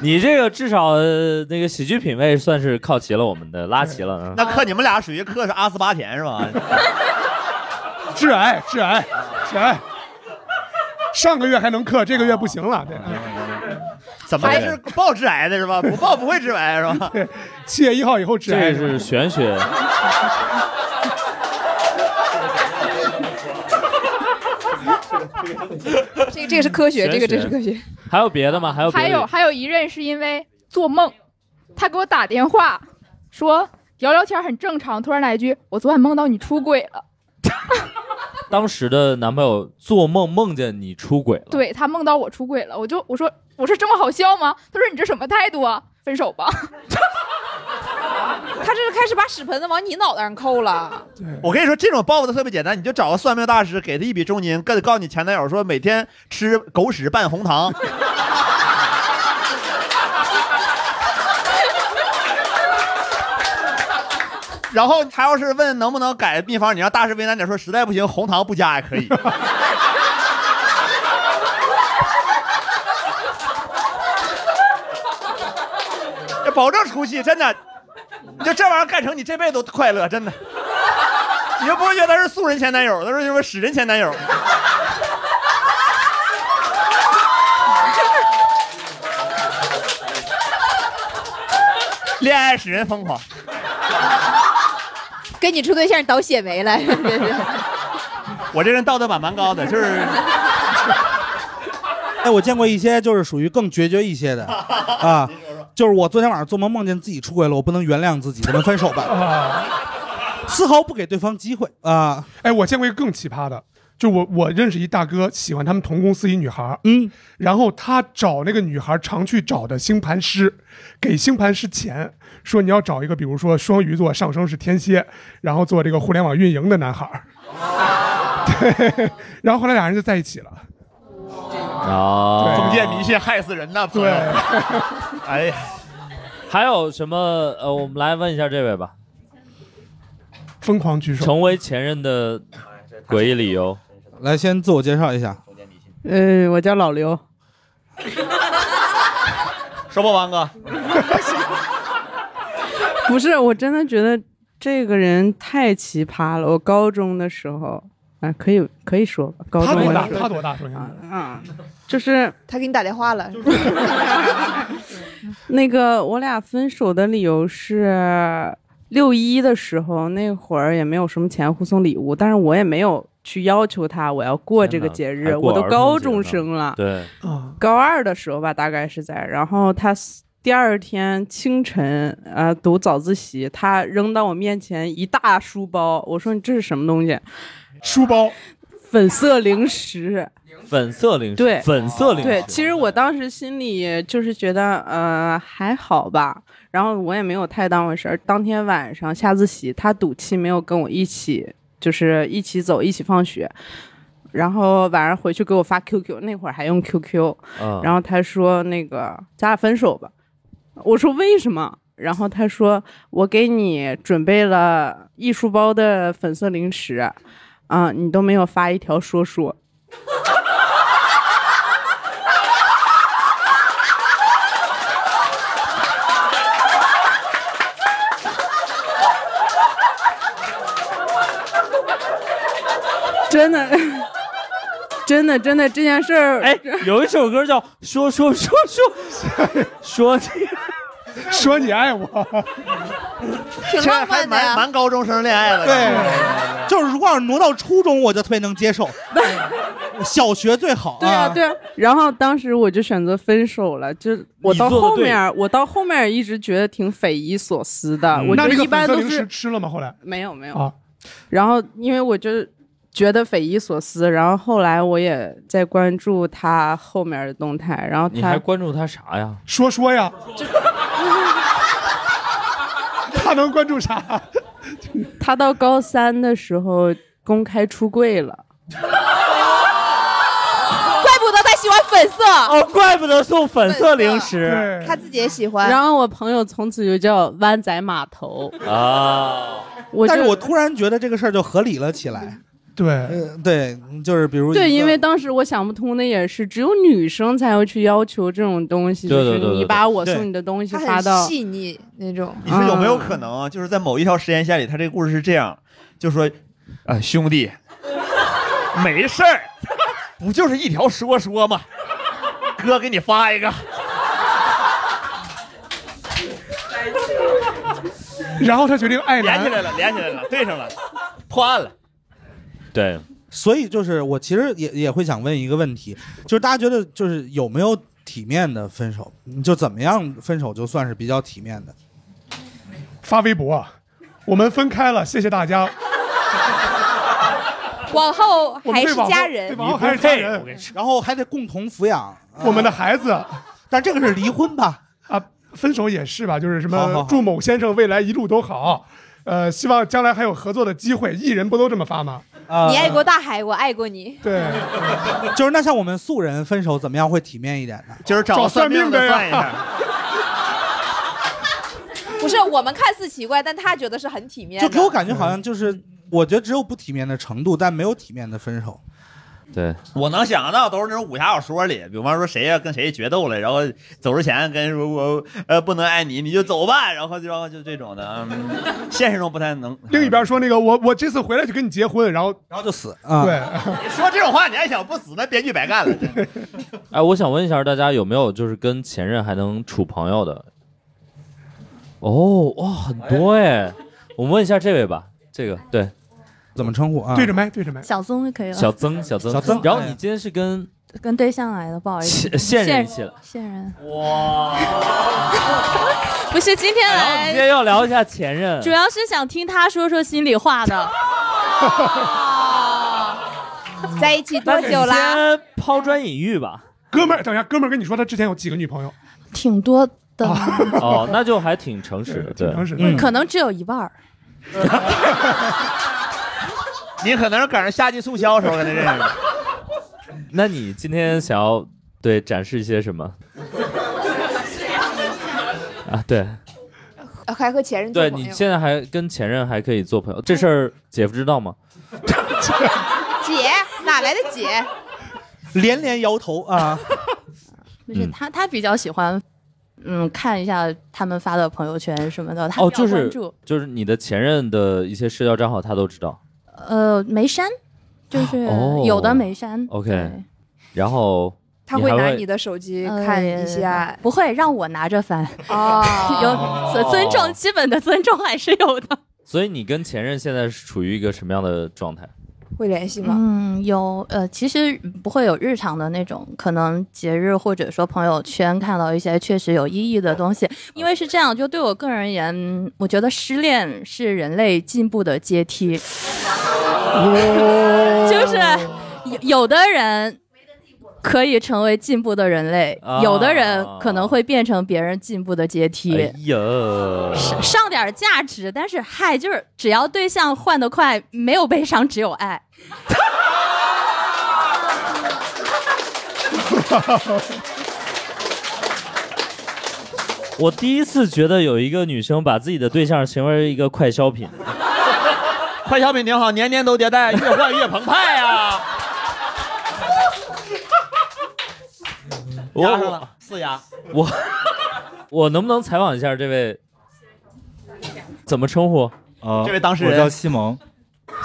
你这个至少呃那个喜剧品味算是靠齐了我们的，拉齐了。嗯那克你们俩属于克是阿斯巴甜是吧？ 致癌，致癌，致癌。哎上个月还能克，这个月不行了。对，怎么还是报致癌的是吧？不报不会致癌是 吧？七月一号以后致这癌个是玄学，这个这个是科学，玄这个这学是科学。还有别的吗？还有别还的有还有一任是因为做梦，他给我打电话说聊聊天很正常，突然来一句我昨晚梦到你出轨了，当时的男朋友做梦梦见你出轨了，对他梦到我出轨了，我就我说我说这么好笑吗？他说你这什么态度啊？分手吧， 他这是开始把屎盆子往你脑袋上扣了，我跟你说，这种报复的特别简单，你就找个算命大师，给他一笔重金，告告诉你前男友说每天吃狗屎拌红糖， 然后他要是问能不能改秘方，你让大师为难点说实在不行，红糖不加也可 以。这保证出戏，真的，你就这玩意儿干成你这辈子都快乐，真的。你又不是觉得他是素人前男友，他说什么屎人前男友？恋爱使人疯狂。跟你处对象倒血霉了，这 是。我这人道德感蛮高的，就是哎，我见过一些就是属于更决绝一些的啊，就是我昨天晚上做梦梦见自己出轨了，我不能原谅自己，咱们分手吧，啊。丝毫不给对方机会啊。哎，我见过一个更奇葩的，就我我认识一大哥，喜欢他们同公司一女孩，嗯，然后他找那个女孩常去找的星盘师，给星盘师钱，说你要找一个，比如说双鱼座上升是天蝎，然后做这个互联网运营的男孩儿。对，然后后来俩人就在一起了。啊，封建迷信害死人呐！朋友对，哎呀，还有什么？呃，我们来问一下这位吧，疯狂举手。成为前任的诡异理由。来先自我介绍一下，嗯，我叫老刘，说吧，王哥， 不是，我真的觉得这个人太奇葩了。我高中的时候，啊，可以可以说吧，高他中多的大？时他多大？首先候，，啊啊，就是他给你打电话了，那个我俩分手的理由是六一的时候，那会儿也没有什么钱互送礼物，但是我也没有去要求他我要过这个节天日，哪还过我都儿童高节中呢生了，对，高二的时候吧，大概是在。然后他 s- 第二天清晨，呃，读早自习，他扔到我面前一大书包，我说你这是什么东西？书包粉色零食。粉色零食，对粉色零食，对，其实我当时心里就是觉得，呃，还好吧。然后我也没有太当回事儿。当天晚上下自习，他赌气没有跟我一起，就是一起走，一起放学。然后晚上回去给我发 QQ，那会儿还用 QQ。嗯 然后他说那个咱俩分手吧。我说为什么？然后他说我给你准备了一书包的粉色零食，啊、你都没有发一条说说。真的，真的，真的，这件事儿，哎，有一首歌叫《说说说说说说你爱我，挺这还浪漫的蛮呀。蛮高中生恋爱的，对，就是如果要是挪到初中，我就特别能接 受。小学最好、啊。对啊，对啊。然后当时我就选择分手了，就我到你做得后对面，我到后面一直觉得挺匪夷所思 的。嗯我那觉那得个一般粉色都零食是吃了吗？后来没有没有。啊，然后因为我就觉得匪夷所思，然后后来我也在关注他后面的动态，然后你还他关注他啥呀？说说呀， 他能关注啥？ 他到高三的时候公开出柜了。怪不得他喜欢粉色， 哦，怪不得送粉色零食对，他自己也喜欢。然后我朋友从此就叫湾仔码头，啊！我就但是我突然觉得这个事儿就合理了起来。对，嗯，对，就是比如对，一个因为当时我想不通的也是，只有女生才会去要求这种东西，对就对是对对你对把我对送你的东西他发到很 细腻那种，你说有没有可能，就是在某一条时间线里，他这个故事是这样，就说，啊，兄弟，没事儿，不就是一条说说吗？哥给你发一个，然后他决定爱连起男，来了，连起来了，对上了，破案了。对，所以就是我其实也也会想问一个问题，就是大家觉得就是有没有体面的分手？你就怎么样分手就算是比较体面的？发微博，我们分开了，谢谢大家，往后我还们是对往后家对人。往后还是家配，我跟人你，说，然后还得共同抚养、啊我们的，孩子啊，但这个是离婚吧？分手也是吧，就是什好好么好祝某先生未来一路都好，呃，希望将来还有合作的机会，艺人不都这么发吗？啊，你爱过大海，我爱过你。对，就是那像我们素人分手怎么样会体面一点呢？就是找找算算命命的的呀算一下，不是我们看似奇怪，但他觉得是很体面的。就给我感觉好像就是，我觉得只有不体面的程度，但没有体面的分手。对，我能想到都是那种武侠小说里，比方说谁呀跟谁决斗了，然后走之前跟说我呃不能爱你，你就走吧，然后就然后就这种的，嗯，现实中不太能。另一边说那个我我这次回来就跟你结婚，然后然后就死啊！，对，说这种话，你还想不死，那编剧白干了。真的哎，我想问一下大家有没有就是跟前任还能处朋友的？哦，哇，很多哎！我们问一下这位吧，这个对怎么称呼啊？对着麦对着麦，小宗就可以了。小曾，小曾，小曾然后哎你今天是跟跟对象来的，不好意思，现现任一起了，现任 不是今天哎然后你今天嗯来，要聊一下前任，主要是想听他说说心里 话的。在一起那多你久啦？先抛砖引玉吧。哥们儿，等一下，哥们儿跟你说他之前有几个女朋友，挺多的，嗯哦，那就还挺诚实的，挺对诚实的。嗯嗯可能只有一半儿。你可能是赶上夏季促销时候跟他认识的。那你今天想要对展示一些什么？啊，对呃还和前任做对，朋你友？现在还跟前任还可以做朋友，这事儿姐夫知道吗？ 姐哪来的姐？ 连连摇头 啊！不是嗯他，他比较喜欢，嗯，看一下他们发的朋友圈什么的，他哦，比较就关是注。就是你的前任的一些社交账号他都知道。呃，没删，就是哦有的没删。 OK 对然后他你会还拿会你的手机呃看一下不会让我拿着翻，哦。有尊尊重，基本的尊重还是有的。所以你跟前任现在是处于一个什么样的状态？会联系吗？嗯，有呃，其实不会有日常的那种，可能节日或者说朋友圈看到一些确实有意义的东西。因为是这样，就对我个人而言，我觉得失恋是人类进步的阶梯，就是有的人可以成为进步的人类，啊有的人可能会变成别人进步的阶梯。哎呀，上点价值，但是嗨，就是只要对象换得快，没有悲伤，只有爱。 我第一次觉得有一个女生把自己的对象形容为一个快消品， 快消品挺好，年年都迭 代，越换越澎湃啊！我压上了四压，我我能不能采访一下这位？怎么称呼？啊，这位当事人我叫西蒙，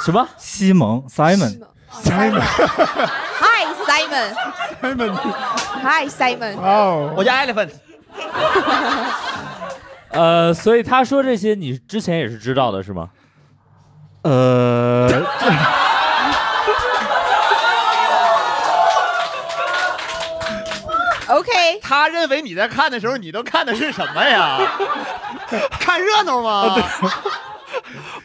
什么？西蒙哦 Simon， Hi Simon，Hi Simon，哦，我叫 Elephant，呃，所以他说这些，你之前也是知道的，是吗？呃， OK，他认为你在看的时候，你都看的是什么呀？看热闹吗？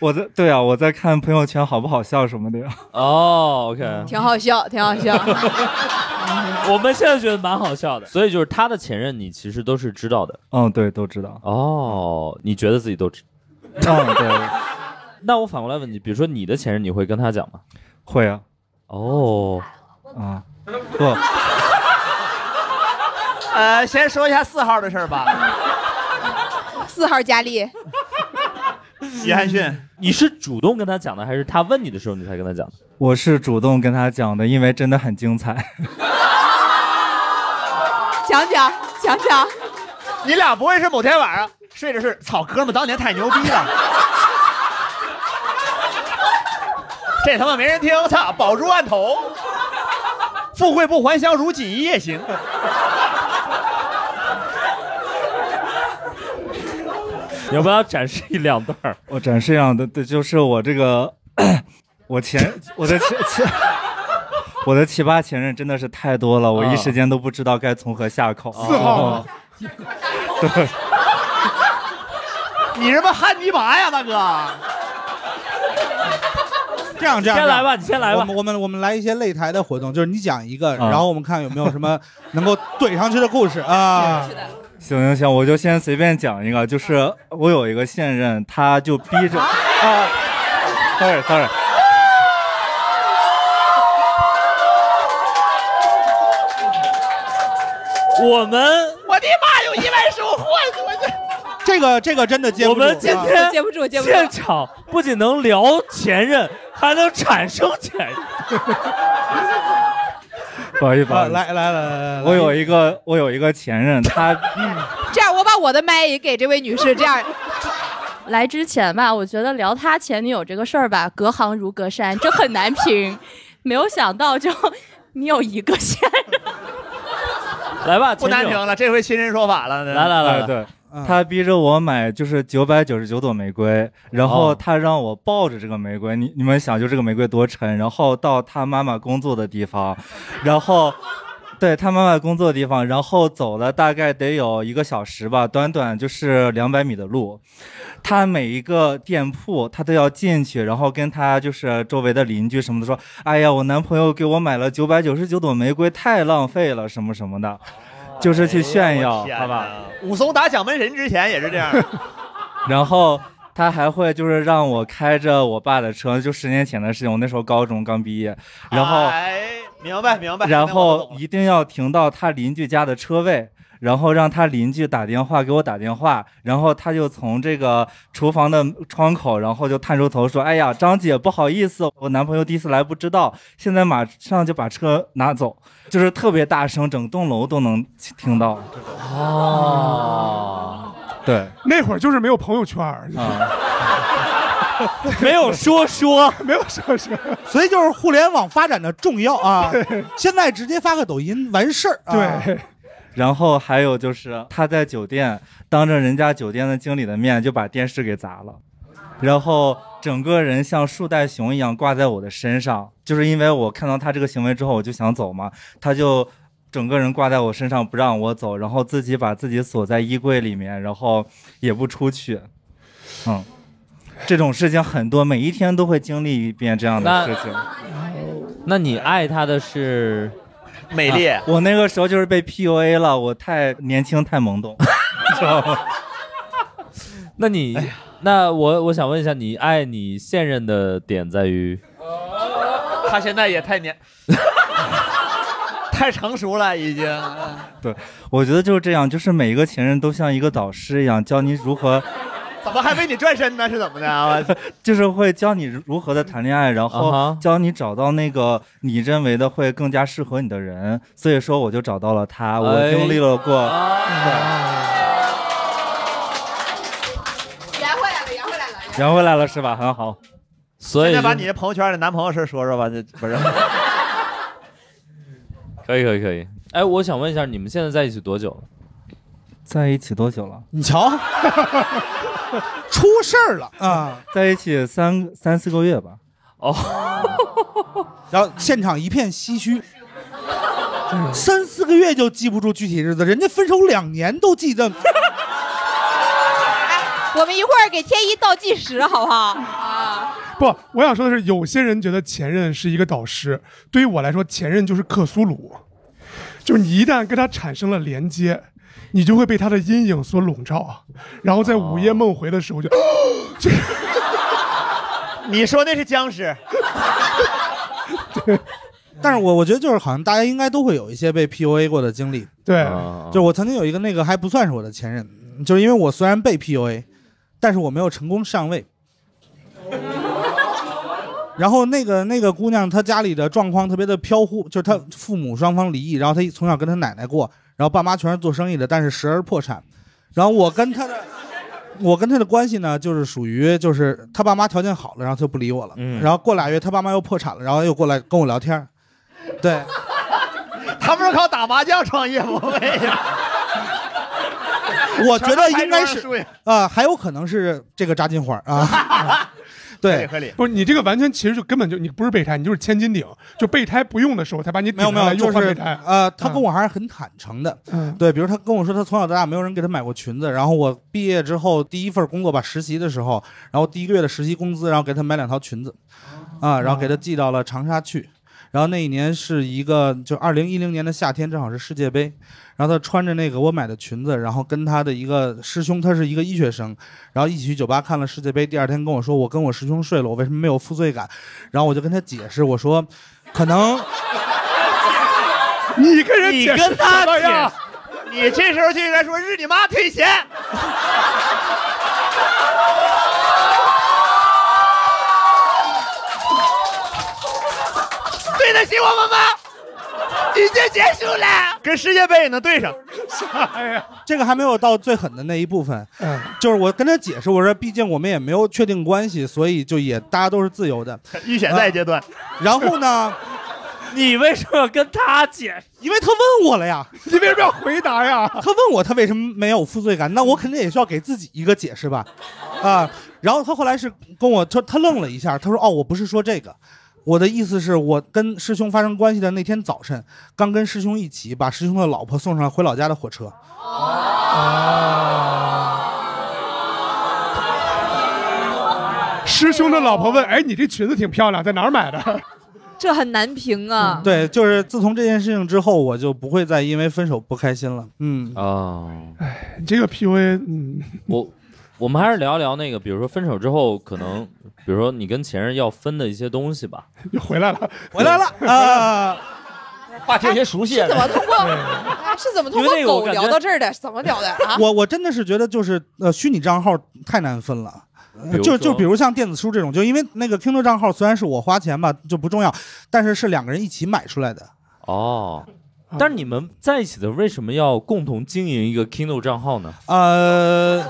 我在对啊，我在看朋友圈好不好笑什么的呀。哦，OK、o 挺好笑，挺好 笑。 k 我们现在觉得蛮好笑的。所以就是他的前任，你其实都是知道的。嗯，对，都知道。哦，你觉得自 己都知？嗯，对， 那我反过来问你，比如说你的前任，你会跟他讲吗？会啊，哦，啊、不，呃，先说一下四号的事儿吧。四号佳丽，约翰逊，你是主动跟他讲的，还是他问你的时候你才跟他讲的？我是主动跟他讲的，因为真的很精彩。讲讲讲讲，你俩不会是某天晚上睡着睡着，操，哥们儿当年太牛逼了， 这他妈没人听，操，保住案头，富贵不还乡，如锦衣夜行。 你要不要展示一两段儿？我展示一样的，对，就是我这个， 我前我的前前。 我的奇葩前任真的是太多啊了，我一时间都不知道该从何下口。哦四号吗 对，你是不是汉尼拔呀，大哥？这样这样，先来吧。吧，你先来我吧。们我们我们来一些擂台的活动，就是你讲一个，啊然后我们看有没有什么能够怼上去的故事啊。行行行，我就先随便讲一个，就是我有一个现任，他就逼 着啊，sorry sorry，我们我的妈，有一万手货，我这这个这个真的接不住。我们今啊天接不住，接不住。现场不仅能聊 前任，还能产生前任。不好意思，不好啊意思来来来来来，我有一个我有一个前任，他 这样，我把我的麦也给这位女士，这样来之前吧，我觉得聊他前女友这个事儿吧，隔行如隔山，这很难评。没有想到就 你有一个线，来吧，不前难女友听了，这回亲身说法了。来来哎来呃来，对嗯，他逼着我买就是九百九十九朵玫瑰，然后哦他让我抱着这个玫瑰，你你们想就这个玫瑰多沉，然后到他妈妈工作的地方， 然后。对他妈妈工作的地方，然后走了大概得有一个小时吧，短短就是两百米的路。他每一个店铺他都要进去，然后跟他就是周围的邻居什么的说：“哎呀，我男朋友给我买了九百九十九朵玫瑰，太浪费了，什么什么的，就是去炫耀，好吧？”？武松打蒋门神之前也是 这样，然后他还会就是让我开着我爸的车，就十年前的事情，我那时候高中刚毕业，然后哎，明白明白。然那我懂后了一定要停到他邻居家的车位。然后让他邻居打电话给我打电话，然后他就从这个厨房的窗口，然后就探出头说：“哎呀，张姐，不好意思，我男朋友第一次来不知道，现在马上就把车拿走，就是特别大声，整栋楼都能听到。”哦，对 那会儿就是没有朋友圈儿，啊，没有说说，没有社社，所以就是互联网发展的重要啊！现在直接发个抖音完事儿、啊。，对，然后还有就是他在酒店当着人家酒店的经理的面就把电视给砸了，然后整个人像树袋熊一样挂在我的身上，就是因为我看到他这个行为之后我就想走嘛，他就整个人挂在我身上不让我走，然后自己把自己锁在衣柜里面，然后也不出去，嗯。这种事情很多，每一天都会经历一遍这样的那事情。那你爱他的是美丽啊我那个时候就是被 PUA 了，我太年轻太懵 懂，知道吗？那哎你，那我我想问一下，你爱你现任的点在于 他现在也太年，太成熟了已经。对，我觉得就是这样，就是每一个情人都像一个导师一样，教你如何， 怎么还为你转身呢？是怎么的啊？ 就是会教你如何的谈恋爱，然啊后教你找到那个你认为的会更加适合你的人。所以说，我就找到了他，我哎经历了过，圆回来了，圆回来了。圆回来了是吧？很好，所现在把你的朋友圈里男朋友事儿说说吧，这不 是？可以可以可以。哎，我想问一下，你们现在在一起多久了？在一起多久了？你瞧， 出事儿了啊！在一起三三四个月吧。哦， 然后现场一片唏嘘。三四个月就记不住具体日子，人家分手两年都记得。我们一会儿给天一倒计时，好不好？啊，不，我想说的是，有些人觉得前任是一个导师，对于我来说，前任就是克苏鲁，就是你一旦跟他产生了连接，你就会被他的阴影所笼罩，啊然后在午哦夜梦回的时 候就，就你说那是僵尸，但是我我觉得就是好像大家应该都会有一些被 PUA 过的经历。对啊就我曾经有一个那个还不算是我的前任，就是因为我虽然被 PUA，但是我没有成功上位。 然后那个那个姑娘她家里的状况特别的飘忽，就是她父母双方离异，然后她从小跟她奶奶过，然后爸妈全是做生意的，但是时而破产。然后我跟她的我跟她的关系呢，就是属于就是她爸妈条件好了，然后她就不理我了。然后过俩月她爸妈又破产了，然后又过来跟我聊天儿，对。 他们是靠打麻将创业不为呀？我觉得应该 全是拍桌上的是树呀啊、还有可能是这个扎金花啊。 对，合理。不是你这个完全其实就根本就你不是备胎，你就是千斤顶，就备胎不用的时候才把你没有没有，又就换备是胎。呃，他跟我还是很坦诚的。嗯对，比如他跟我说，他从小到大没有人给他买过裙子，然后我毕业之后第一份工作吧，实习的时候，然后第一个月的实习工资，然后给他买两条裙子，哦啊，然后给他寄到了长沙去。然后那一年是一个，就二零一零年的夏天，正好是世界杯。然后他穿着那个我买的裙子，然后跟他的一个师兄，他是一个医学生，然后一起去酒吧看了世界杯。第二天跟我说，我跟我师兄睡了，我为什么没有负罪感？然后我就跟他解释，我说，可能你跟人你解释跟他什么呀解释，你这时候就应该说日你妈退钱。对得起我们吗？已经结束了，哎跟世界杯也能对上。啥呀？这个还没有到最狠的那一部分，嗯，就是我跟他解释，我说毕竟我们也没有确定关系，所以就也大家都是自由的。呃预选赛阶段，然后呢， 你为什么要跟他解释？因为他问我了呀， 你为什么要回答呀？嗯他问我他为什么没有负罪感，那我肯定也需要给自己一个解释吧，啊，然后他后来是跟我他他愣了一下，他说哦，我不是说这个。我的意思是我跟师兄发生关系的那天早晨，刚跟师兄一起把师兄的老婆送上回老家的火车。师兄的老婆问：“哎，你这裙子挺漂亮，在哪儿买的 这很难评啊。对，就是自从这件事情之后，我就不会再因为分手不开心了。嗯，哦，？”你啊这个 PUA，嗯，我我们还是聊一聊那个，比如说分手之后，可能比如说你跟前任要分的一些东西吧。又回来 了。回来了啊！话题有些熟悉啊怎么通过？哎是怎么通因为那过个我狗感觉聊到这儿的？怎么聊的 啊？我我真的是觉得就是呃，虚拟账号太难分了。呃比如就说就比如像电子书这种，就因为那个 Kindle 账号虽然是我花钱吧，就不重要，但是是两个人一起买出来的。哦，但是你们在一起的为什么要共同经营一个 Kindle 账号呢？呃，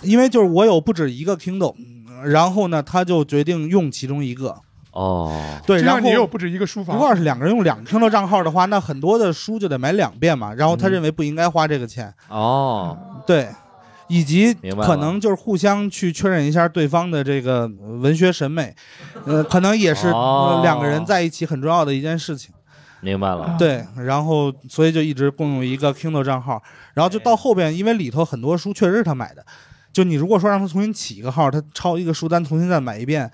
因为就是我有不止一个 Kindle，嗯然后呢，他就决定用其中一个。哦，对，这然后样你也有不止一个书如果要房。是两个人用两个 Kindle 账号的话，那很多的书就得买两遍嘛。然后嗯他认为不应该花这个钱，哦，对，以及明白了可能就是互相去确认一下对方的这个呃文学审美，呃，可能也是、哦呃两个人在一起很重要的一件事情。明白了。对，然后所以就一直共用一个 Kindle 账号，然后就哎到后边，因为里头很多书确实是他买的，就你如果说让他重新起一个号，他抄一个书单重新再买一遍，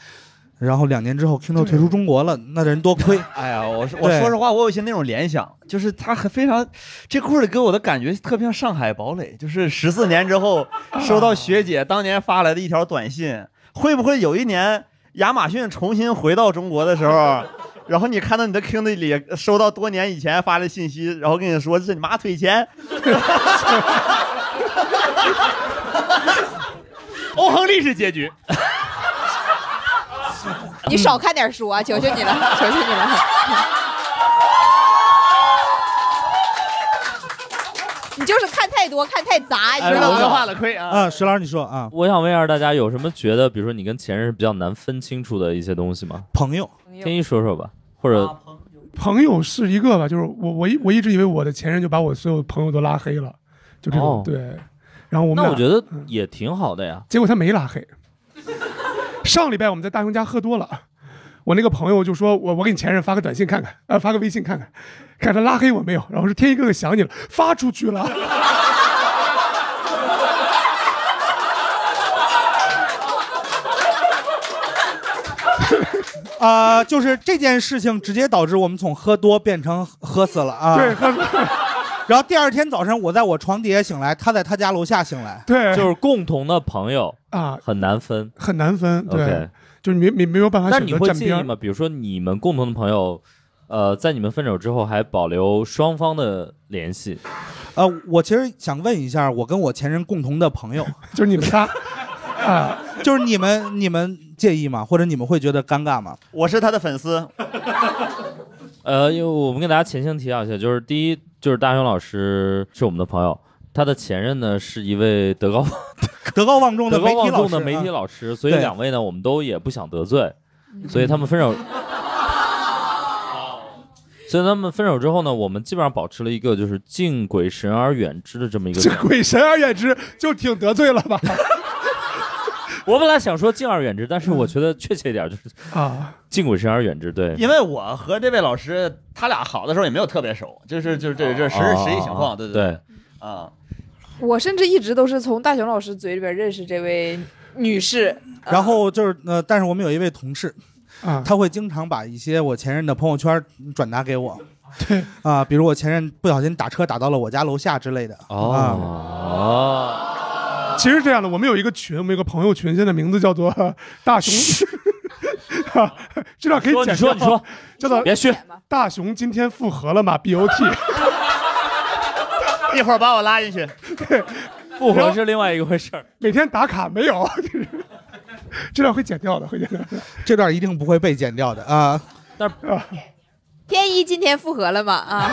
然后两年之后，Kindle 退出中国了，那人多亏。哎呀，我我说实话，我有一些那种联想，就是它很非常，这故事给我的感觉特别像《上海堡垒》，就是十四年之后收到学姐当年发来的一条短信，会不会有一年亚马逊重新回到中国的时候，然后你看到你的 Kindle 里收到多年以前发的信息，然后跟你说这你妈退钱， 欧亨利式结局。 你少看点书啊，求求你了，求求你了。你就是看太多，看太杂，你知道吗？亏啊！啊，石老师，你说啊，呃我想问一下大家，有什么觉得，比如说你跟前任是比较难分清楚的一些东西吗？朋友，天一说说吧，或者朋友是一个吧，就是我我一我一直以为我的前任就把我所有的朋友都拉黑了，就这种、哦对。然后我们那俩我觉得也挺好的呀。结果他没拉黑。上礼拜我们在大雄家喝多了，我那个朋友就说我我给你前任发个短信看看，呃发个微信看看，看他拉黑我没有。然后说天一哥哥想你了，发出去了。 啊、就是这件事情直接导致我们从喝多变成喝死了啊。对喝死 然后第二天早上，我在我床底下醒来，他在他家楼下醒来。对就是共同的朋友啊，很难分，很难分，对 OK 就是没没没有办法那选你择会站介边意儿。吗？比如说你们共同的朋友，呃，在你们分手之后还保留双方的联系，呃，我其实想问一下，我跟我前任共同的朋友， 就是你们仨啊，就是你们你们介意吗？或者你们会觉得尴尬吗？我是他的粉丝，呃，因为我们跟大家前情提要一下，就是第一，就是大雄老师是我们的朋友，他的前任呢是一位德高德高望重的德媒高体老望重师，的媒体啊老师，所以对两位呢，我们都也不想得罪，所以他们分 手。所以他们分手之后呢，我们基本上保持了一个就是敬鬼神而远之的这么一个状态。鬼神而远之，就挺得罪了 吧？我本来想说敬而远之，但是我觉得确切一点就是 啊，敬鬼神而远之。对，因为我和这位老师他俩好的时候也没有特别熟，就是就是这这实事实际情况，对啊哦对对啊，我甚至一直都是从大雄老师嘴里边认识这位女士。啊然后就是呃，但是我们有一位同事，啊他会经常把一些我前任的朋友圈转达给 我。对啊，比如我前任不小心打车打到了我家楼下之类的。啊，哦其实这样的，我们有一个群，我们有个朋友群，现在名字 叫做呃大熊， 啊这段可以说剪你说你掉说，叫做别虚，大熊今天复合了吗？BOT， 一会儿把我拉进去，复合是另外一个回事儿。每天打卡没 有，就是这段会剪掉的，会剪掉的。这段一定不会被剪掉的啊。天一今天复合了吗？啊，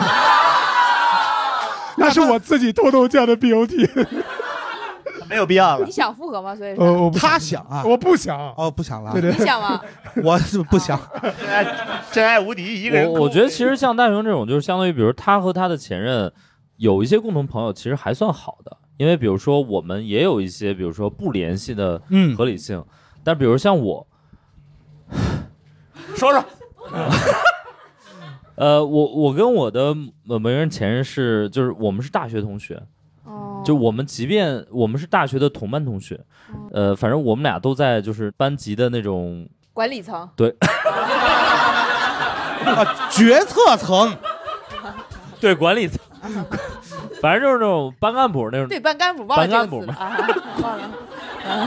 那是我自己偷偷建的 BOT， 没有必要了你。想复合吗？所以啊呃，我不他想啊，我不想，哦，不想了啊，对对 你想吗？我是不想。真爱真爱无敌，一个人我我觉得其实像大雄这种，就是相当于，比如他和他的前任有一些共同朋友，其实还算好的，因为比如说我们也有一些，比如说不联系的嗯合理性，但比如像我，说说呃，我我跟我的呃某一任前任是，就是我们是大学同学，哦就我们即便我们是大学的同班同学，哦呃，反正我们俩都在就是班级的那种管理 层啊，决策层对管理层， 反正就是那种班干部那种对班干部忘了这个班干部词了嘛啊，忘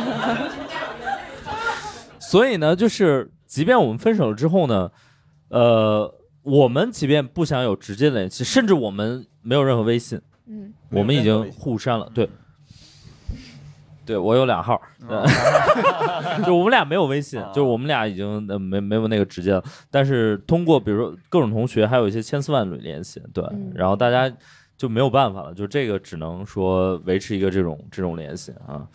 了。所以呢，就是即便我们分手了之后呢，呃，我们即便不想有直接的联系，甚至我们没有任何微信，嗯，我们已经互删了。对，对我有俩号， 就我们俩没有微信，就是我们俩已经呃没没有那个直接了，但是通过比如说各种同学，还有一些千丝万缕联系，对，嗯然后大家。就没有办法了，就这个只能说维持一个这种这种联系啊。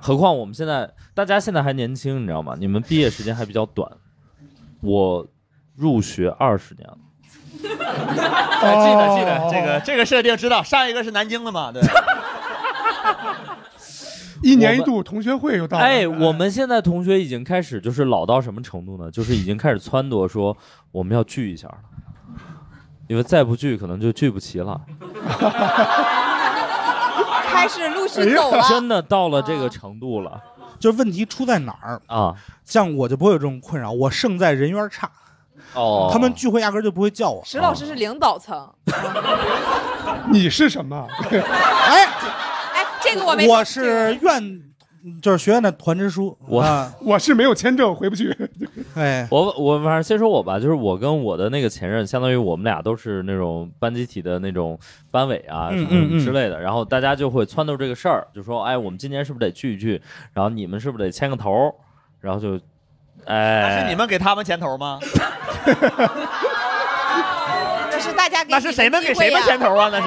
何况我们现在大家现在还年轻，你知道吗？你们毕业时间还比较短，我入学二十年了，哎记得记得这个这个设定知道，上一个是南京的嘛， 对，一年一度同学会又到了。哎，我们现在同学已经开始就是老到什么程度呢？就是已经开始撺掇说我们要聚一下了，因为再不聚可能就聚不齐了。开始陆续走了。哎真的到了这个程度了，就是问题出在哪儿啊？像我就不会有这种困扰，我胜在人缘差，哦他们聚会压根儿就不会叫我。石老师是领导层，你是什么？哎，这个我没，我是院，就是学院的团支书。我 啊我是没有签证回不去。哎，我我反正先说我吧，就是我跟我的那个前任，相当于我们俩都是那种班集体的那种班委啊嗯什嗯么嗯之类的，然后大家就会撺掇这个事儿，就说哎，我们今年是不是得聚一聚？然后你们是不是得牵个头儿？然后就，哎，那是你们给他们牵头吗？ 那是大家给那是谁们给谁们牵头啊？那是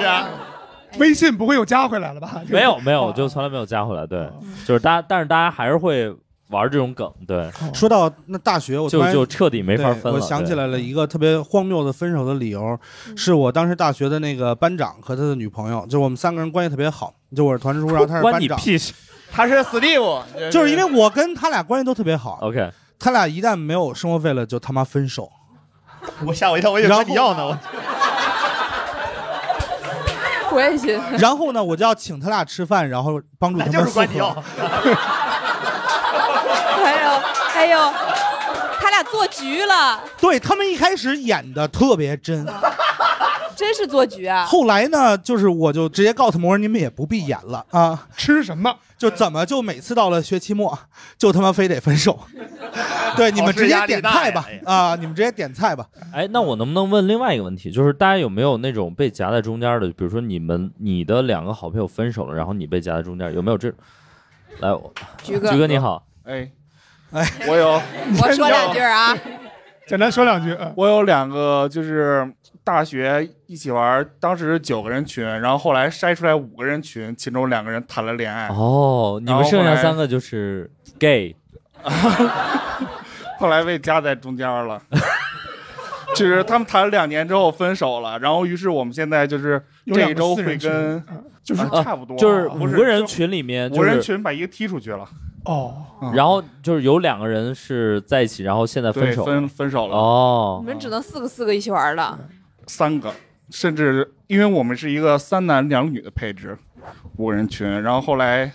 微信不会有加回来了吧？ 没有没哦有，就从来没有加回来。对，就是大家，但是大家还是会玩这种梗，对，说到那大学，我突哦就然就彻底没法对分了。我想起对嗯来了一个特别荒谬的分手的理由，嗯是我当时大学的那个班长和他的女朋友，就我们三个人关系特别好，就我是团支书，然后他是关班你长，屁事。他是 Steve，就是因为我跟他俩关系都特别好， OK，他俩一旦没有生活费了，就他妈分 手。 我吓我一跳，我以为然说后你要呢，我我也是，然后呢，我就要请他俩吃饭，然后帮助他那就们是复管你哦合。 要。 还有还有，他俩做局了，对他们一开始演的特别真，真是做局啊！后来呢，就是我就直接告诉他们，我说你们也不必演了啊，吃什么？就怎么就每次到了学期末，就他妈非得分 手？对，你们直接点菜吧考哎试压力啊，你们直接点菜吧。哎，那我能不能问另外一个问题？就是大家有没有那种被夹在中间的？比如说你们你的两个好朋友分手了，然后你被夹在中间，有没有这？来，我菊菊哥你好，哎，哎，我 有我说两句啊， 简单说两句啊。我有两个，就是大学一起玩，当时九个人群，然后后来筛出来五个人群，其中两个人谈了恋爱，哦，你们然后剩后下来三个就是 gay，后来被夹在中间了。 就是他们谈了两年之后分手了，然后于是我们现在就是有这两一个周私会人群嗯跟就是啊差不多，就是不五个人群里面，五就人是群把一个踢出去了，哦，嗯然后就是有两个人是在一起，然后现在分对，手。分分手了，你哦，们只能四个四个一起玩了。三个，甚至因为我们是一个三男两女的配置，五个人群，然后后来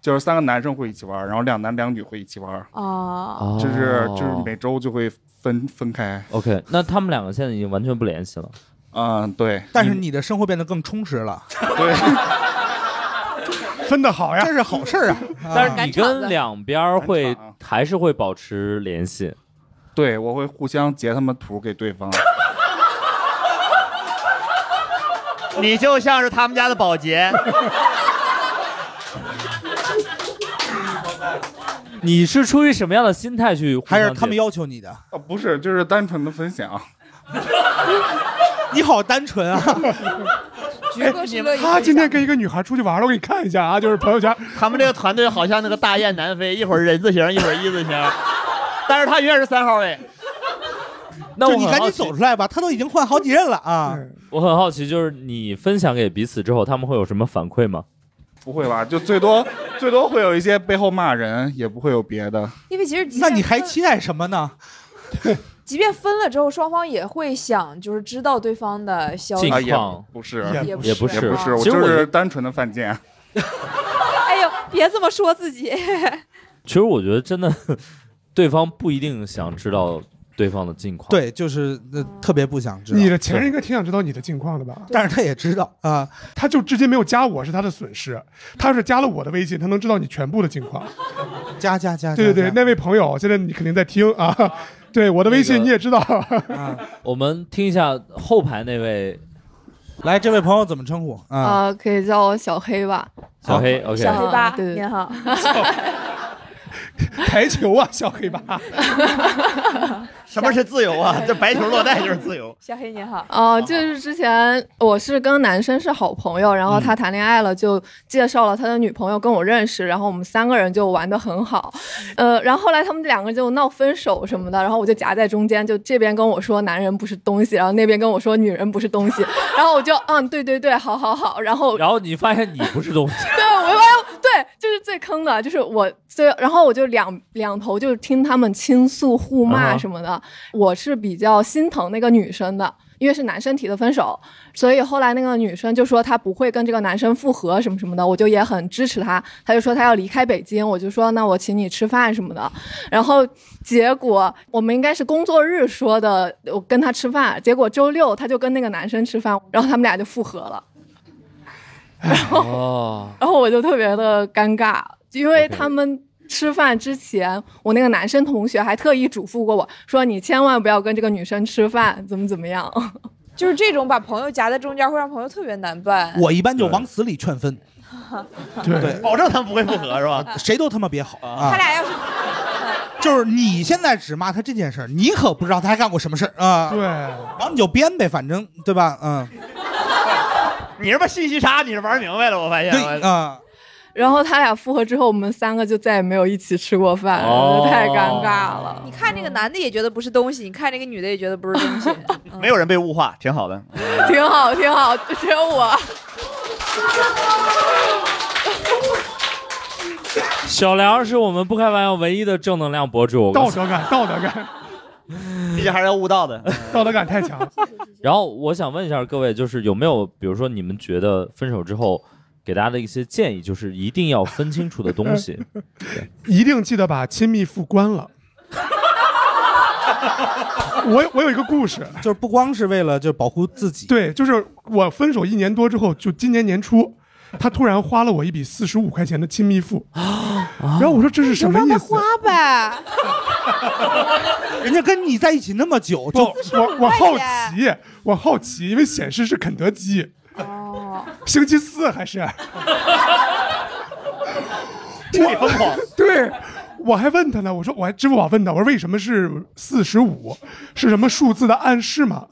就是三个男生会一起玩，然后两男两女会一起玩，哦，哦就是就是每周就会分分开， OK，那他们两个现在已经完全不联系了。嗯，对，但是你的生活变得更充实了，对，分的好呀这。是好事儿啊。但是赶你场子跟两边儿会赶场啊还是会保持联系。对我会互相截他们图给对方， 你就像是他们家的保洁， 你是出于什么样的心态去？还是他们？要求你的，啊，不是，就是单纯的分享，你好单纯啊！菊哥是乐意分享哎他今天跟一个女孩出去玩了，我给你看一下啊，就是朋友圈。他们这个团队好像那个大雁南飞，一会儿人字形，一会儿一字形，但是他永远是三号位。那就我你很赶好哦紧奇走，出来吧，他都已经换好几任了啊！ 我很好奇，就是你分享给彼此之后，他们会有什么反馈吗？不会吧？就最多最多会有一些背后骂人，也不会有别的。因为其实即那便你还分期待什么呢？即便分了之后，双方也会想就是知道对方的消息近啊，，情也况不是，也也不也是不是，其我实就我觉得是单纯的犯贱。哎呦，别这么说自己。其实我觉得真的， 对方不一定想知道对方的近况。，对，就是呃特别不想知你道，的前任应该挺想知道你的近况的吧？但是他也知道啊。他就至今没有加我是他的损失，他要是加了我的微信，他能知道你全部的近况。加加加，对对对，加那位朋友，现在你肯定在听啊。对我的微信你也知道， 我们听一下后排那位来，这位朋友怎么称呼 啊？啊、可以叫我小黑吧。小黑。OK，小黑吧，啊对您好，台球啊，小黑吧，什么是自由 啊？这白球落袋就是自由。 小黑您好，啊、就是之前我是跟男生是好朋友，然后他谈恋爱了，就介绍了他的女朋友跟我认识，然后我们三个人就玩的很好，呃，然后后来他们两个就闹分手什么的，然后我就夹在中间，就这边跟我说男人不是东西，然后那边跟我说女人不是东西，然后我就嗯对对对，好好好，然后然后你发现你不 是东西， 对，我就发现，对，就是最坑的，就是我最，然后我就两两头就听他们倾诉互啊哈骂什么的。我是比较心疼那个女生的，因为是男生提的分手，所以后来那个女生就说她不会跟这个男生复合什么什么的，我就也很支持她，她就说她要离开北京，我就说那我请你吃饭什么的，然后结果我们应该是工作日说的，我跟她吃饭，结果周六她就跟那个男生吃饭，然后他们俩就复合了。哦， 然后我就特别的尴尬，因为他们吃饭之前，我那个男生同学还特意嘱咐过我说：“你千万不要跟这个女生吃饭，怎么怎么样。 就是这种把朋友夹在中间，会让朋友特别难办。我一般就往死里劝分，对，保证他们不会复合是 吧？谁都他妈别好啊！他俩要是就是你现在只骂他这件事儿，你可不知道他还干过什么事儿啊！对，然后你就编呗，反正对吧？嗯，你是不是信息差？你是玩明白了，我发现。对啊，”然后他俩复合之后，我们三个就再也没有一起吃过饭，哦太尴尬了。你 看这个男的也觉得不是东西，你看这个女的也觉得不是东西， 没有人被物化，挺好的。挺好，挺好，只有我。小梁是我们不开玩笑唯一的正能量博主，我跟道你德感，道德感， 毕竟还是要悟道的。 道德感太强了。然后我想问一下各位，就是有没有，比如说你们觉得分手之后给大家的一些建议，就是一定要分清楚的东 西。嗯一定记得把亲密付 关了。我我有一个故事，就是不光是为了就是保护自己，对，就是我分手一年多之后，就今年年初，他突然花了我一笔四十五块钱的亲密付，啊然后我说这是什么意思？花呗。 人家跟你在一起那么久，不，就我我好奇，我好奇，因为显示是肯德基，星期四还是？ 心里疯狂。 对，我还问他呢，我说我还支付宝问他，我说为什么是四十五，是什么数字的暗示吗？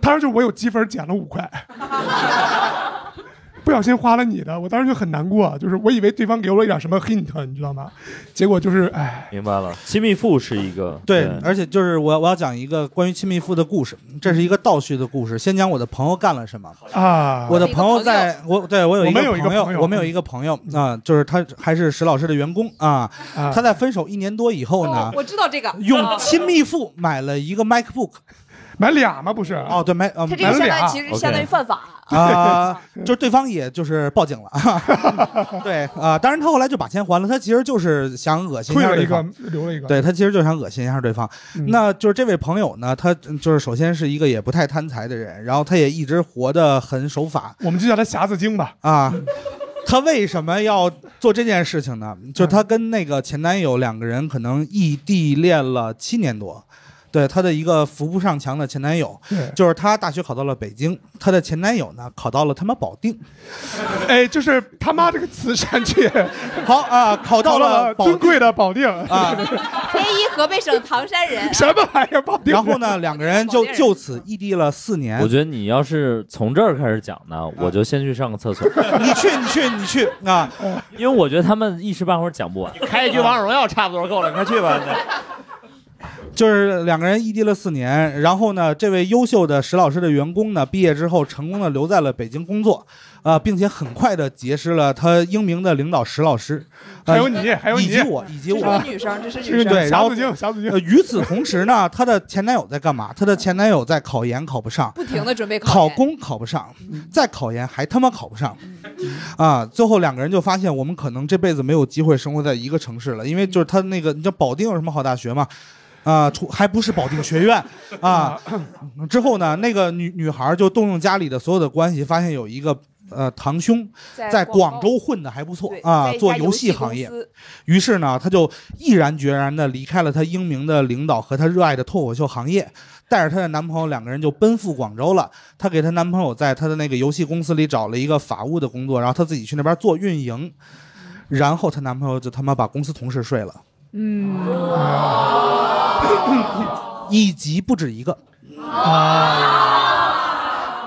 他说就我有积分减了五块， 不小心花了你的，我当时就很难过，就是我以为对方给我一点什么 hint，你知道吗？结果就是哎，明白了，亲密付是一个对，而且就是我我要讲一个关于亲密付的故事，这是一个倒叙的故事。先讲我的朋友干了什么啊我的朋友在我对我有我一们个有一个朋友朋，友嗯我们有一个朋友啊，就是他还是石老师的员工啊，啊他在分手一年多以后呢，哦我知道这个，用亲密付买了一个 MacBook，买俩吗？不是？哦，对，买呃他这买个了相当俩于其实相当于犯法。啊，就是对方也就是报警了， 对啊，当然他后来就把钱还了，他其实就是想恶心一退下了对一个方。，留了一个。对他其实就想恶心一下对方。嗯那就是这位朋友呢，他就是首先是一个也不太贪财的人，然后他也一直活得很守法我们就叫他匣子精吧。啊。他为什么要做这件事情呢？嗯就是他跟那个前男友两个人可能异地恋了七年多。对他的一个扶不上墙的前男友，对，就是他大学考到了北京，他的前男友呢考到了他妈保定， 哎，就是他妈这个慈善去，好啊、考到到了了保尊定贵的保定，啊，天一河北省唐山人什么玩意儿？保定人？然 后呢两个人就就此异地了四年。我觉得你要是从这儿开始讲呢，我就先去上个厕所，啊你去，你去，你去啊！因为我觉得他们一时半会儿讲不完。开一局王者荣耀差不多够了，快去 吧。就是两个人异地了四年，然后呢，这位优秀的石老师的员工呢，毕业之后成功的留在了北京工作，呃，并且很快的结识了他英明的领导石老师，呃 还有你，还有你，以及我，以及这是我个。女生，这是这女个生。对然后匣子精，匣子精呃，。与此同时呢，她的前男友在干嘛？她的前男友在考研考不上，不停的准备考研，公考不上，再考研还他妈考不上，啊！最后两个人就发现，我们可能这辈子没有机会生活在一个城市了，因为就是他那个，你知道保定有什么好大学吗？啊，出还不是保定学院 啊！之后呢，那个女女孩就动用家里的所有的关系，发现有一个呃堂兄在广州混的还不错对啊在一，家做游游戏公行业。司于是呢，他就毅然决然地离开了他英明的领导和他热爱的脱口秀行业，带着她的男朋友两个人就奔赴广州了。她给她男朋友在她的那个游戏公司里找了一个法务的工作，然后她自己去那边做运嗯营。然后她男朋友就他妈把公司同事睡了，嗯，一集不止一个。啊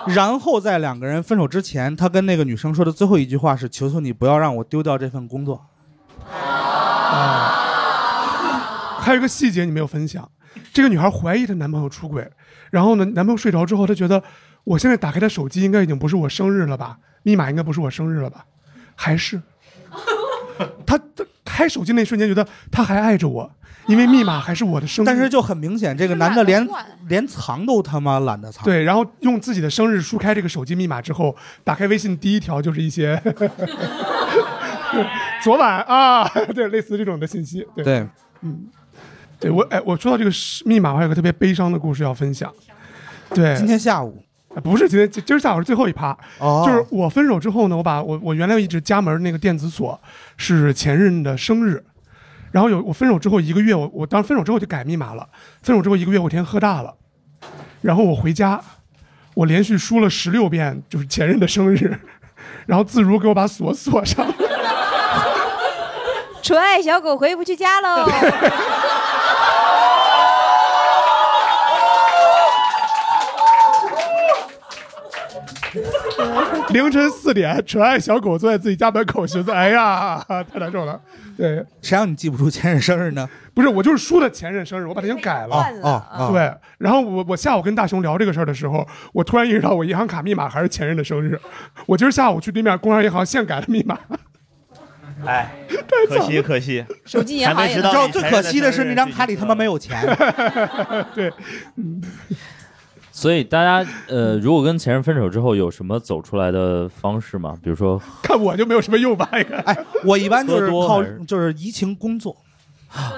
然后在两个人分手之前，他跟那个女生说的最后一句话是：“求求你不要让我丢掉这份工作。还有一个细节你没有分享，这个女孩怀疑她男朋友出轨，然后呢，男朋友睡着之后，她觉得我现在打开她手机，应该已经不是 我生日了吧？密码应该不是我生日了吧？还是，她她开手机那一瞬间觉得他还爱着我，因为密码还是我的生日。但是就很明显，这个男的连连藏都他妈懒得藏。对，然后用自己的生日输开这个手机密码之后，打开微信第一条就是一些昨晚啊，对，类似这种的信息。对，对嗯，对我哎，我说到这个是密码，我还有个特别悲伤的故事要分享。对，啊今天下午。不是今天，今今儿下午是最后一趴。哦就是我分手之后呢，我把我我原来一直家门那个电子锁是前任的生日，然后有我分手之后一个月，我我当时分手之后就改密码了。分手之后一个月，我天天喝大了，然后我回家，我连续输了十六遍就是前任的生日，然后自如给我把锁锁上了。纯爱小狗回不去家喽。 凌晨四点，纯爱小狗坐在自己家门口，寻思：“哎呀，太难受了。”对，谁让你记不住前任生日呢？不是，我就是输的前任生日，我把它已经改了。哦哦哦对。然后我我下午跟大雄聊这个事儿的时候，我突然意识到我银行卡密码还是前任的生日。我今儿下午去对面工商银行现改了密码。 哎，可惜可惜，手机银还行没也知能知道道你最前可任的惜的生是日那张卡里他妈没有钱。 对，嗯所以大家呃，如果跟前任分手之后有什么走出来的方式吗？比如说看我就没有什么用吧？哎，我一般就是多多靠还是就是移情工 作，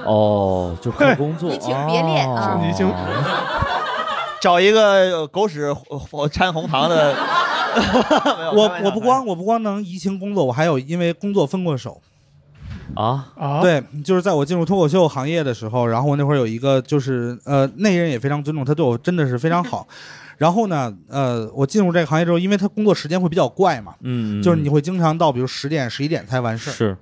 哦，就靠工作，哎移情别恋哦是移情找一个呃狗屎呃掺红糖的， 我我不光我不光能移情工作，我还有因为工作分过手。啊啊对，就是在我进入脱口秀行业的时候，然后我那会儿有一个就是呃那人也非常尊重，他对我真的是非常好。然后呢，呃，我进入这个行业之后，因为他工作时间会比较怪嘛，嗯，就是你会经常到比如十点十一点才完事儿是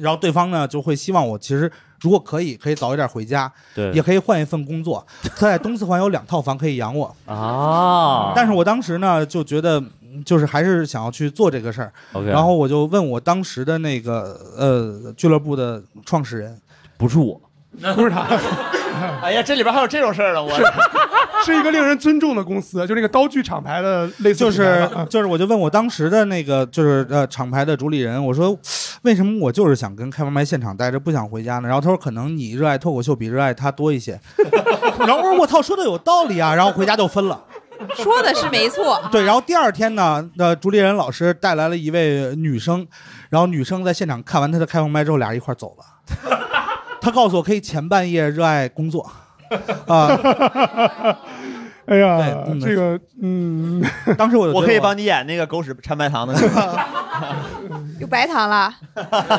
然后对方呢就会希望我其实如果可以，可以早一点回家，对也可以换一份工 作。他在东四环有两套房可以养我，啊，但是我当时呢就觉得，嗯就是还是想要去做这个事儿。 OK 然后我就问我当时的那个呃俱乐部的创始人，不是我，不是他，哎呀，这里边还有这种事儿呢，我是一个令人尊重的公司，就那个刀具厂牌的啊类似就品牌是吧。就是，我就问我当时的那个就是呃厂牌的主理人，我说 为什么我就是想跟开放麦现场待着，不想回家呢？然后他说可能你热爱脱口秀比热爱他多一些。 然后我说我操，说的有道理啊！然后回家就分了。 说的是没错。对，然后第二天呢，呃，主理人老师带来了一位女生，然后女生在现场看完他的开放麦之后，俩人一块儿走了。 他告诉我可以前半夜热爱工作，啊、哎呀对嗯，这个嗯，当时我我可以帮你演那个狗屎掺白糖的那个，有白糖了，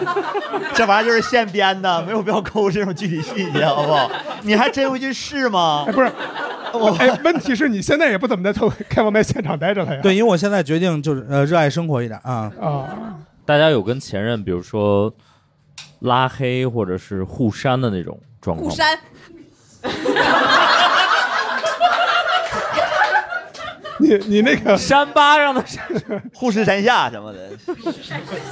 这玩意儿就是现编的，没有必要抠这种具体细节，好不好？你还真会去试吗？哎不是，我哎，问题是你现在也不怎么在脱开放麦现场待着了呀。对，因为我现在决定就是呃热爱生活一点啊。啊，大家有跟前任，比如说拉黑或者是互删的那种状 顾况吗？山。你你那个山巴让他 护士山下什么的，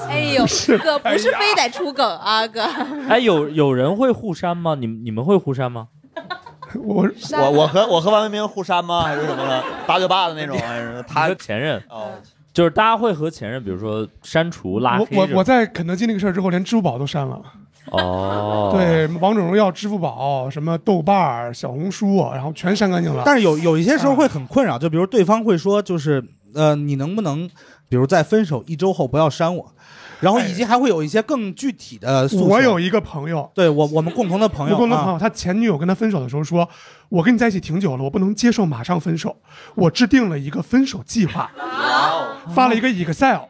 哎呦是，哥不是哎呀非得出梗啊，哥。哎，有有人会互删吗？你们你们会互删吗？我啊我我和我和王文明互删吗？还是什么的？八对八的那种？还是他前任哦，就是大家会和前任，比如说删除、拉黑我我这种我在肯德基那个事儿之后，连支付宝都删了。 哦，对，王者荣耀、支付宝、什么豆瓣儿、小红书，然后全删干净了。但是有有一些时候会很困嗯扰，就比如对方会说，就是呃，你能不能，比如在分手一周后不要删我，然后以及还会有一些更具体的诉求。哎我有一个朋友，对我我们共同的朋友，我共同朋友，啊他前女友跟他分手的时候说：“我跟你在一起挺久了，我不能接受马上分手，我制定了一个分手计划， 发了一个 Excel，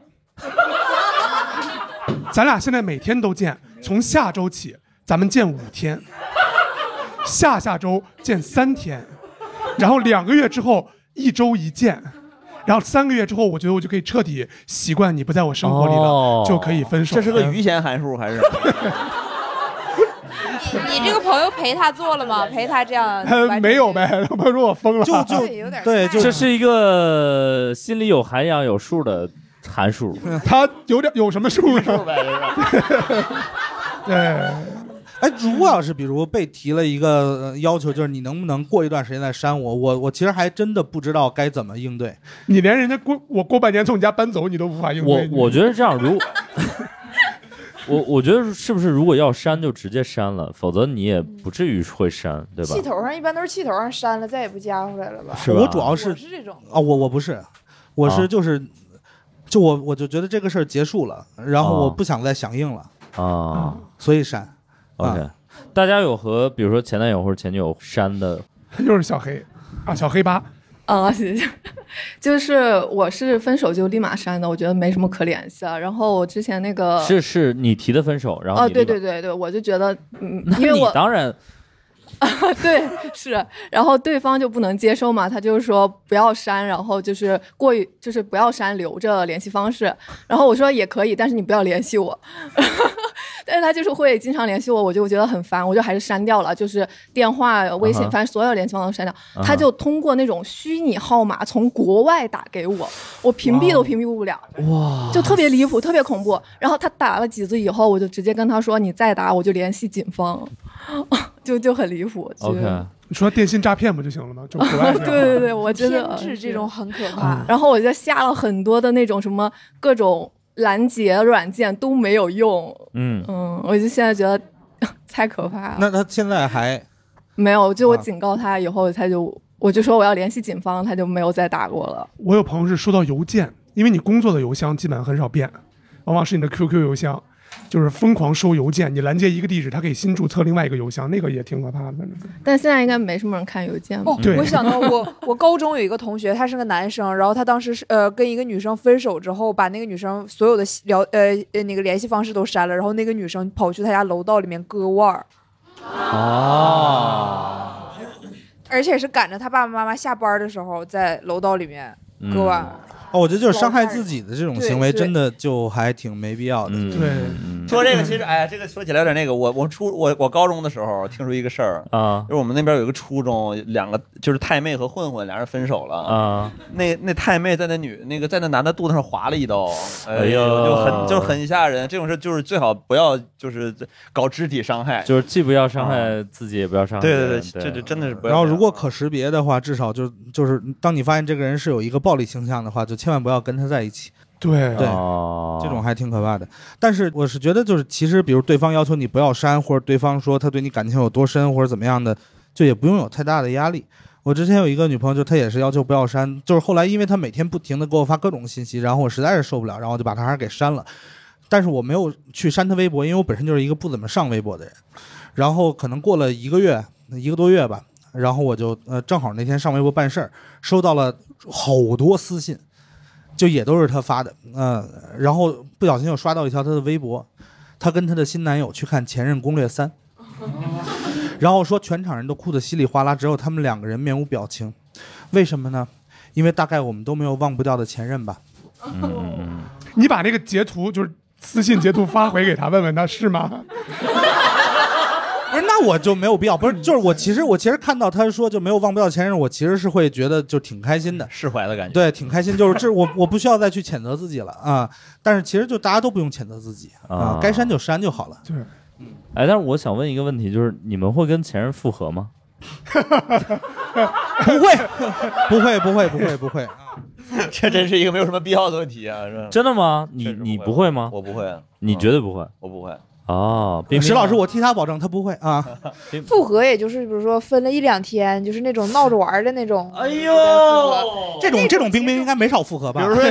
咱俩现在每天都见，从下周起咱们见五天，下下周见三天，然后两个月之后一周一见。”然后三个月之后，我觉得我就可以彻底习惯你不在我生活里了，哦就可以分手这了。是个余弦函数还是？你这个朋友陪他做了吗？陪他这 样完 呃成没有呗， 他们说我疯了，就就有点对，就这是一个心里有涵养、有数的 函数。他有点有什么啊数呢？ 对，哎，如果要是比如被提了一个呃要求，就是你能不能过一段时间再删我，我我其实还真的不知道该怎么应对。你连人家过我过半年从你家搬走，你都无法应我 对。我觉得是这样，如我我觉得是不是如果要删就直接删了，否则你也不至于会删，对吧气？头上一般都是气头上删了，再也不加回来了吧？是吧我主要是我是这种啊，我我不是，我啊是就是，就我我就觉得这个事儿结束了，然后我啊不想再响应了，啊嗯所以啊删。 ，OK，大家有和比如说前男友或者前女友删的 就是小黑啊，小黑八。啊，谢谢。 就是我是分手就立马删的，我觉得没什么可联系了。然后我之前那个是是你提的分手，然后呃哦，你对立马对，对对，我就觉得，嗯，那因为你我当然 对是，然后对方就不能接受嘛，他就是说不要删，然后就是过于就是不要删，留着联系方式。然后我说也可以，但是你不要联系我。 但是他就是会经常联系我，我就觉得很烦，我就还是删掉了，就是电话、微信啊哈，反正所有联系方式都删掉。啊哈他就通过那种虚拟号码从国外打给我，我屏蔽都屏蔽不了。哇就特别离谱，特别恐怖。然后他打了几次以后，我就直接跟他说：“你再打，我就联系警方。”就就很离谱。就 OK 你说电信诈骗不就行了吗？就国外对对对，我真的偏执这种很可怕。然后我就下了很多的那种什么各种拦截软件都没有用。嗯嗯，我就现在觉得 太可怕了。那他现在还没有，就我啊警告他以后，他就我就说我要联系警方，他就没有再打过了。我有朋友是收到邮件，因为你工作的邮箱基本上很少变，往往是你的 QQ 邮箱，就是疯狂收邮件。你拦截一个地址，他给新注册另外一个邮箱，那个也挺可怕的。反正但现在应该没什么人看邮件嗯吧？哦，我想到我，我高中有一个同学，他是个男生，然后他当时是呃跟一个女生分手之后，把那个女生所有的信聊呃呃那个联系方式都删了，然后那个女生跑去他家楼道里面割腕儿，哦，而且是赶着他爸爸妈妈下班的时候在楼道里面嗯割腕儿。哦，我觉得就是伤害自己的这种行为，对对真的就还挺没必要的。对，说这个其实，哎呀，这个说起来有点那个。我我初我我高中的时候听说一个事儿啊，就是我们那边有一个初中，两个就是太妹和混混俩人分手了啊。那那太妹在那女那个在那男的肚子上划了一刀，哎呦，呦就很就很吓人。这种事就是最好不要就是搞肢体伤哎害，啊就是既不要伤害啊自己，也不要伤害对别对人对，这这真的是不要。然后，如果可识别的话，至少就就是，当你发现这个人是有一个暴力倾向的话，就千万不要跟他在一起。对对，哦这种还挺可怕的。但是我是觉得，就是其实，比如对方要求你不要删，或者对方说他对你感情有多深，或者怎么样的，就也不用有太大的压力。我之前有一个女朋友，就她也是要求不要删，就是后来因为她每天不停的给我发各种信息，然后我实在是受不了，然后我就把她还是给删了。但是我没有去删她微博，因为我本身就是一个不怎么上微博的人。然后可能过了一个月，一个多月吧，然后我就呃正好那天上微博办事儿，收到了好多私信，就也都是她发的，嗯、然后不小心又刷到一条她的微博，她跟她的新男友去看《前任攻略三》，然后说全场人都哭得稀里哗啦，只有他们两个人面无表情，为什么呢？因为大概我们都没有忘不掉的前任吧。嗯你把那个截图就是私信截图发回给他，问问他是吗？不是，那我就没有必要。不是，就是我其实我其实看到他说就没有忘不掉前任，我其实是会觉得就挺开心的，释怀的感觉。对，挺开心。就是这我我不需要再去谴责自己了啊。但是其实就大家都不用谴责自己啊啊，该删就删就好了。对，哎，但是我想问一个问题，就是你们会跟前任复合 吗？不会，不会，不会，不会，不会。 这真是一个没有什么必要的问题啊！是真的吗？你你不会吗？啊我不会，你绝对不会。我不会。哦，冰冰石呢老师，我替他保证，他不会 啊。复合也就是比如说分了一两天，就是那种闹着玩儿的那种。呃哎呦，这种这种冰冰应该没少复合吧？比如说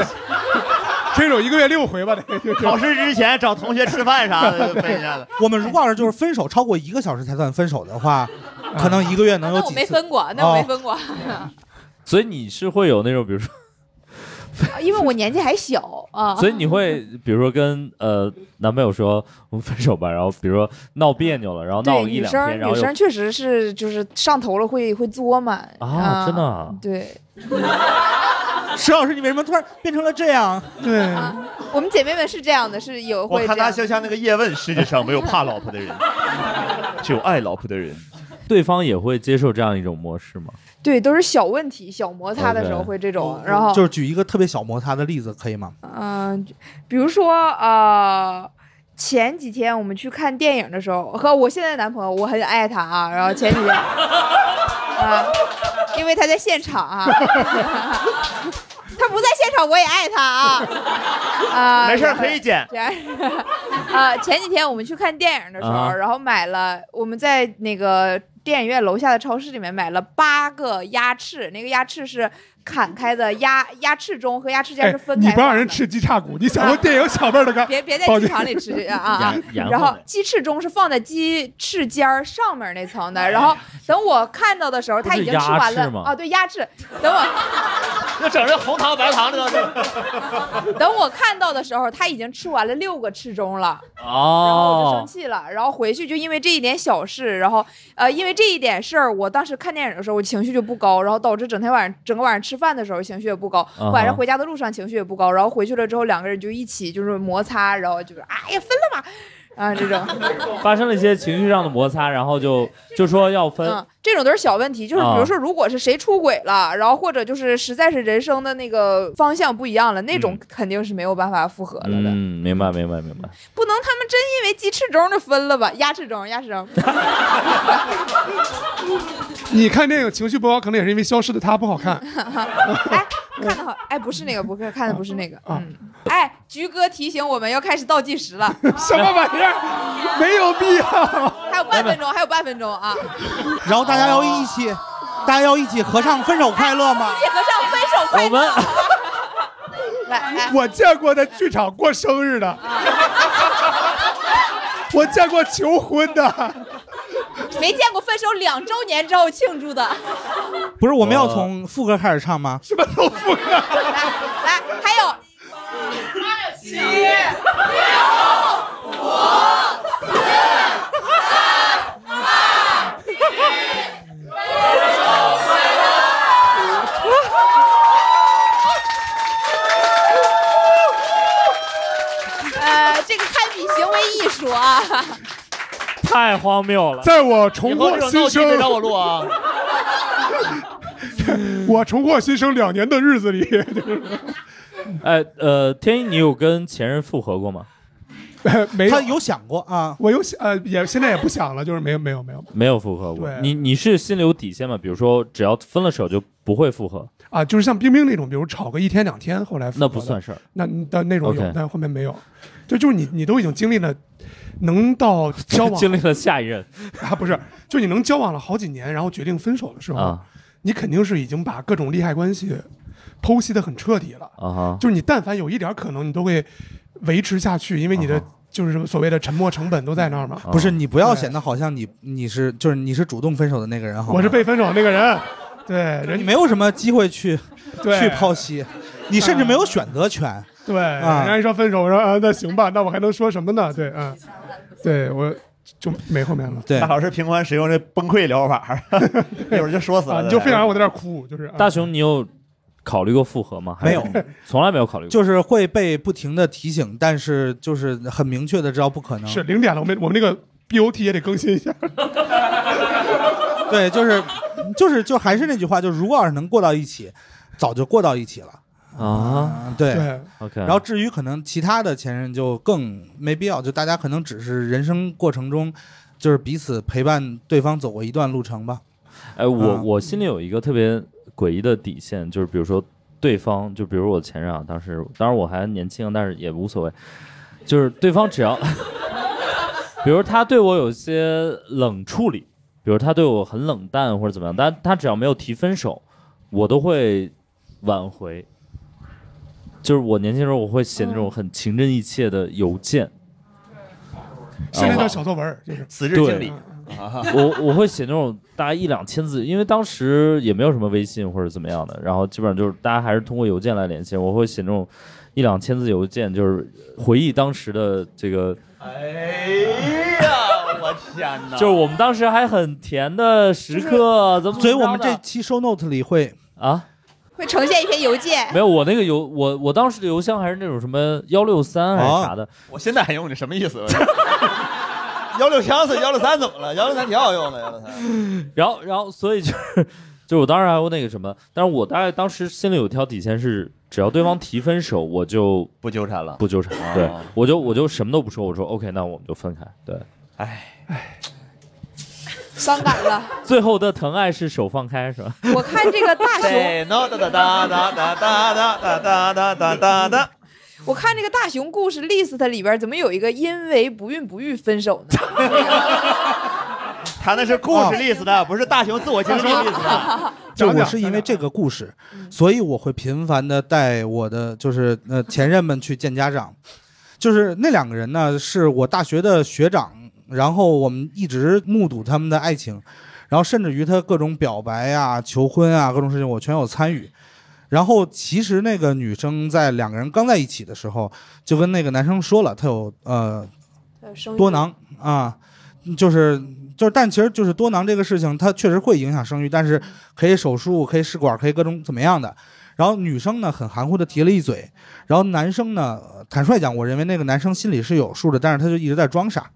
这种一个月六回吧，得考试之前找同学吃饭啥的就分一下子。 我们如果要是就是分手超过一个小时才算分手的话，可能一个啊月能有那我几没次。分过，那我没哦分 过，所以你是会有那种，比如说，因为我年纪还小啊。所以你会比如说跟呃男朋友说我们分手吧，然后比如说闹别扭了，然后闹对个一女两生天，然女后又生确实是就是上头了会会作嘛啊真的啊对 石老师，你为什么突然变成了这样？对，我们姐妹们是这样的，是有我会这看他样像像那个叶问，世界上没有怕老婆的人， 只有爱老婆的人。对方也会接受这样一种模式吗？对都是小问题小摩擦的时候 OK 会这种，然后哦就是举一个特别小摩擦的例子，可以吗？嗯、比如说呃。前几天我们去看电影的时候，和我现在的男朋友，我很爱他啊。然后前几天，啊，因为他在现场啊，他不在现场我也爱他啊。啊，没事儿可以剪这样。 啊，前几天我们去看电影的时候，啊然后买了，我们在那个电影院楼下的超市里面买了八个鸭翅，那个鸭翅是砍开的鸭，鸭翅中和鸭翅尖哎是分，你开不让的。人吃鸡叉骨，你想到电影 小辈儿的干？别别在抱鸡歉场里吃啊啊！ 然然然后后鸡翅中是放在鸡翅尖儿上面那层的，然后等我看到的时候，哎不他是已经吃完鸭翅吗了啊，对鸭翅。等我 那整这红糖白糖的这 等我看到的时候，他已经吃完了六个翅中了，哦生气了。然后回去就因为这一点小事，然后呃，因为这一点事儿，我当时看电影的时候我情绪就不高，然后导致整天晚上整个晚上吃饭的时候情绪也不高啊，哈晚上回家的路上情绪也不高，然后回去了之后两个人就一起就是摩擦，然后就是哎呀分了吧，啊这种。发生了一些情绪上的摩擦，然后就就说要分。嗯，这种都是小问题，就是比如说，如果是谁出轨了，然后或者就是实在是人生的那个方向不一样了，那种肯定是没有办法复合了。嗯，明白明白明白。不能他们真因为鸡翅中就分了吧？鸭翅中，鸭翅中。 你看电影情绪不高，可能也是因为《消失的她》不好看。 哎，看的好，哎，不是那个，不是看的不是啊那个，嗯，哎，菊哥提醒我们要开始倒计时了， 什么玩意儿？没有必要。还有半分钟，还有半分钟啊！然后大家要一起，大家要一起合唱《分手快乐》吗？一起合唱《分手快乐》。 来，哎 我见过在剧场过生日的， 我见过求婚的， 没见过分手两周年之后庆祝的。不是，我们要哦从副歌开始唱吗？什么从副歌？ 来，还有。七六五四三，呃，这个堪比行为艺术啊！ 太荒谬了！在我重以后获这种新闹剧得生，让我录啊！ 我重获新生两年的日子里， 哎呃，天一，你有跟前任复合过吗？没他有想过啊，我有想，呃，也现在也不想了，就是没有没有没有没有复合过对。你你是心里有底线吗？比如说，只要分了手就不会复合，啊，就是像冰冰那种，比如吵个一天两天，后来复合那的不算事儿。那那那种有 OK 但后面没有。就就是你你都已经经历了，能到交 往经历了下一任啊，不是，就你能交往了好几年，然后决定分手的时候，啊你肯定是已经把各种利害关系剖析的很彻底了。啊哈！就是你但凡有一点可能，你都会维持下去，因为你的就是所谓的沉没成本都在那儿嘛。啊啊不是，你不要显得好像你你是就是你是主动分手的那个人，好吗我是被分手那个人，对，人啊你没有什么机会去 对嗯去剖析，你甚至没有选择权。对，啊人家一说分手，我说啊，那行吧，那我还能说什么呢？对，啊，对我就没后面了。对大老师评判使用这崩溃疗法， 一会儿就说死啊，了。你就非想让我在这儿哭，就是啊大雄，你有考虑过复合吗？还是没有， 从来没有考虑过。就是会被不停的提醒，但是就是很明确的知道不可能。是零点了，我们我们那个 BOT 也得更新一下。 对，就是就是就还是那句话，就如果要是能过到一起，早就过到一起了。嗯啊对对，OK。然后至于可能其他的前任就更没必要，就大家可能只是人生过程中，就是彼此陪伴对方走过一段路程吧。哎，我啊我心里有一个特别诡异的底线，就是比如说对方，就比如我前任啊，当时当然我还年轻，啊但是也无所谓，就是对方只要， 比如他对我有些冷处理，比如他对我很冷淡或者怎么样，但他只要没有提分手，我都会挽回。就是我年轻时候，我会写那种很情真意切的邮件，现啊在叫小作文儿，就是辞对，我我会写那种大概一两千字，因为当时也没有什么微信或者怎么样的，然后基本上就是大家还是通过邮件来联系。我会写那种一两千字邮件，就是回忆当时的这个，哎呀，我天哪！就是我们当时还很甜的时刻，怎么怎么着的所以我们这期 show note 里会啊，会呈现一篇邮件。没有我那个邮我我当时的邮箱还是那种什么幺六三还是啥的，啊我现在还用你什么意思？幺六三是幺六三怎么了？幺六三挺好用的，幺六三。 然后，然后，所以就是，就是我当时还有那个什么，但是我大概当时心里有一条底线是，只要对方提分手，我就 不纠缠了，哦不纠缠。对，我就我就什么都不说，我说 OK，那我们就分开。对，哎，伤感了。最后的疼爱是手放开，是吧？ 我看这个大对熊， ，no 哒哒哒哒哒哒哒哒哒哒哒哒。 我看这个大熊故事 list 里边怎么有一个因为不孕不育分手呢？ 他那是故事 list 的，不是大熊自我经历 list 的。就我是因为这个故事，所以我会频繁的带我的就是呃前任们去见家长，就是那两个人呢是我大学的学长，然后我们一直目睹他们的爱情，然后甚至于他各种表白啊、求婚啊各种事情我全有参与。然后其实那个女生在两个人刚在一起的时候，就跟那个男生说了，她有呃多囊啊，就是就是，但其实就是多囊这个事情，它确实会影响生育，但是可以手术，可以试管，可以各种怎么样的。然后女生呢很含糊的提了一嘴，然后男生呢坦率讲，我认为那个男生心里是有数的，但是他就一直在装傻。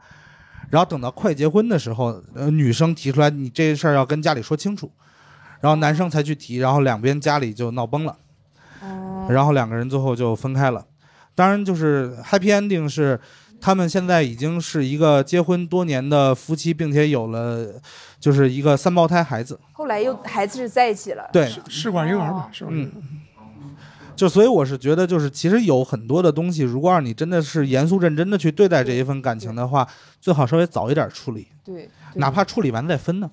然后等到快结婚的时候，呃，女生提出来你这事儿要跟家里说清楚，然后男生才去提，然后两边家里就闹崩了，然后两个人最后就分开了。当然，就是 happy ending 是他们现在已经是一个结婚多年的夫妻，并且有了就是一个三胞胎孩子。后来又孩子是在一起了，对是试管婴儿嘛，是吧？嗯，就所以我是觉得，就是其实有很多的东西，如果让你真的是严肃认真的去对待这一份感情的话，最好稍微早一点处理，对，对哪怕处理完再分呢。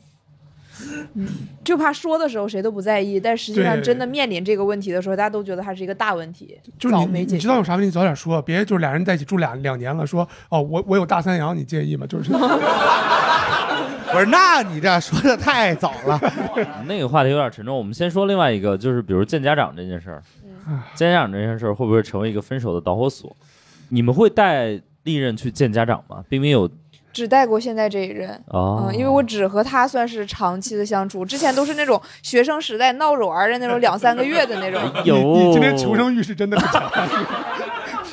就怕说的时候谁都不在意，但实际上对真的面临这个问题的时候，大家都觉得它是一个大问题，就是早你没解决。你知道有啥问题早点说，别就是俩人在一起住俩两年了，说哦我我有大三阳，你介意吗？就是， 我说那你这说的太早了， 那个话题有点沉重，我们先说另外一个，就是比如见家长这件事儿，嗯见家长这件事儿会不会成为一个分手的导火索？你们会带利刃去见家长吗？冰冰有只带过现在这一任。哦嗯，因为我只和他算是长期的相处，之前都是那种学生时代闹着玩儿的那种两三个月的那种， 有，你今天求生欲是真的很强。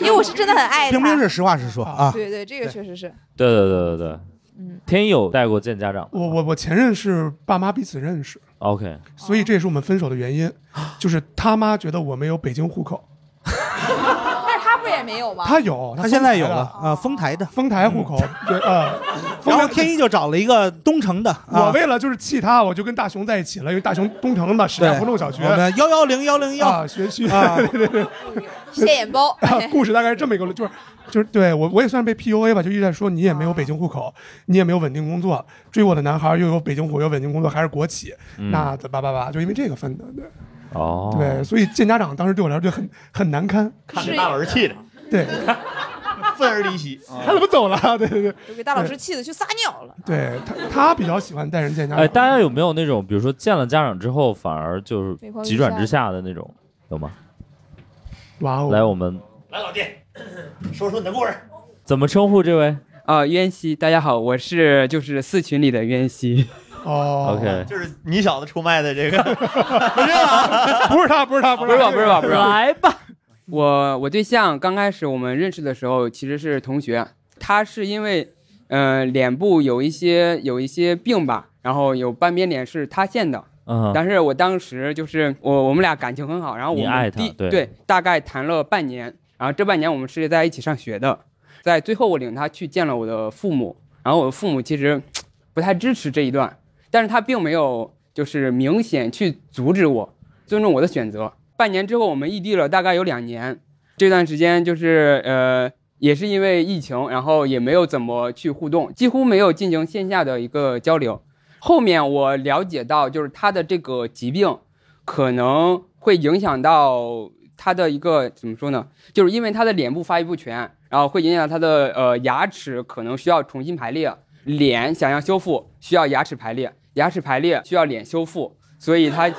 因为我是真的很 爱冰他冰。是实话实说啊。对对，这个确实是。对对对对对，嗯天一有带过见家长我我我前任是爸妈彼此认识， ，OK，所以这也是我们分手的原因，就是他妈觉得我没有北京户口，但是他不也没有吗？他有，他现在有了了啊，丰台的嗯丰台户口，对啊。 然后天一就找了一个东城的，啊我为了就是气他，我就跟大熊在一起了，因为大熊东城的史对家胡同小学，我们幺幺零幺零啊，学区啊 对对对，现眼包 啊故事大概是这么一个，就是就是对我我也算是被 PUA 吧，就一直在说你也没有北京户口，你也没有稳定工作，追我的男孩又有北京户口，有稳定工作，还是国企，嗯那怎么叭叭叭，就因为这个分的，对哦，对，所以见家长当时对我来说就很很难堪，看着大老师气的，对， 愤而离席。他怎么走了？ 对对对， 就给大老师气的去撒尿了。对他他比较喜欢带人见家哎，长，大家有没有那种，比如说见了家长之后，反而就是每况愈急转下直下的那种，有吗？哇哦！来，我们来，老弟， 说说你的故事。怎么称呼这位啊，渊熙，大家好，我是就是四群里的渊熙。哦？OK，就是你小子出卖 的这个，不是他，不是他，不是我，不是我，不是我。来吧，我我对象刚开始我们认识的时候其实是同学，他是因为呃脸部有一些有一些病吧，然后有半边脸是塌陷的，嗯但是我当时就是我我们俩感情很好，然后我你们爱他第对大概谈了半年，然后这半年我们是在一起上学的，在最后我领他去见了我的父母，然后我的父母其实不太支持这一段，但是他并没有就是明显去阻止我，尊重我的选择。半年之后我们异地了，大概有两年，这段时间就是呃。也是因为疫情，然后也没有怎么去互动，几乎没有进行线下的一个交流。后面我了解到，就是他的这个疾病可能会影响到他的一个怎么说呢？就是因为他的脸部发育不全，然后会影响他的呃牙齿，可能需要重新排列。脸想要修复，需要牙齿排列；牙齿排列需要脸修复，所以他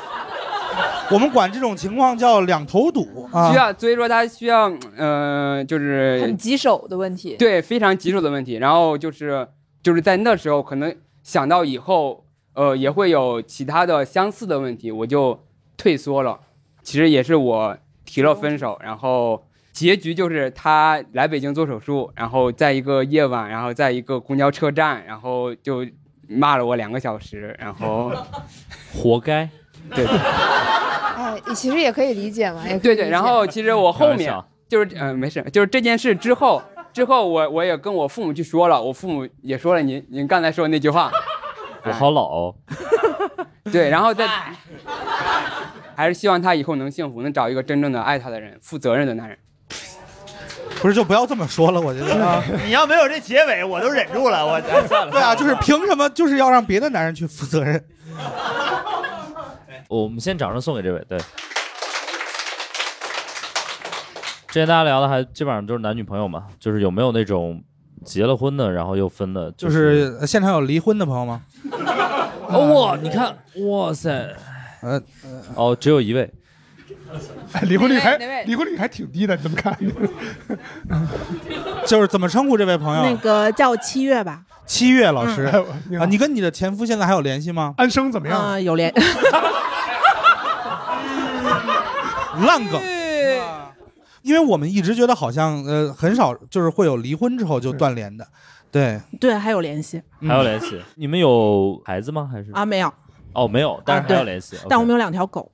我们管这种情况叫两头堵啊需。要，所以说他需要，嗯、呃，就是很棘手的问题。对，非常棘手的问题。然后就是就是在那时候，可能想到以后，呃，也会有其他的相似的问题，我就退缩了。其实也是我提了分手，然后结局就是他来北京做手术，然后在一个夜晚，然后在一个公交车站，然后就骂了我两个小时，然后活该。对对哎，其实也可以理解嘛，也可以对理对，解然后其实我后开玩面笑就是嗯、呃没事，就是这件事之后，之后我我也跟我父母去说了，我父母也说了您您刚才说的那句话，我好老哦、对，然后再还是希望他以后能幸福，能找一个真正的爱他的人，负责任的男人。不是，就不要这么说了，我觉得。 啊你要没有这结尾，我都忍住 了。我哎算了。对啊，就是凭什么就是要让别的男人去负责任？我们先掌声送给这位。对，之前大家聊的还基本上就是男女朋友嘛，就是有没有那种结了婚的，然后又分的，就是是呃现场有离婚的朋友吗？哦呃哇，你看，哇塞，呃，哦，只有一位。 哎离婚率还哪位哪位离婚率还挺低的，怎么看？ 就是怎么称呼这位朋友？那个叫我七月吧，七月老师、哎嗯啊，你跟你的前夫现在还有联系吗？安生怎么样？啊、有联。 烂梗。因为我们一直觉得好像呃很少，就是会有离婚之后就断联的，对，对，还有联系还有嗯联系？你们有孩子吗？还是啊？没有，啊哦，没有，但是还对有联系。但我们有两条狗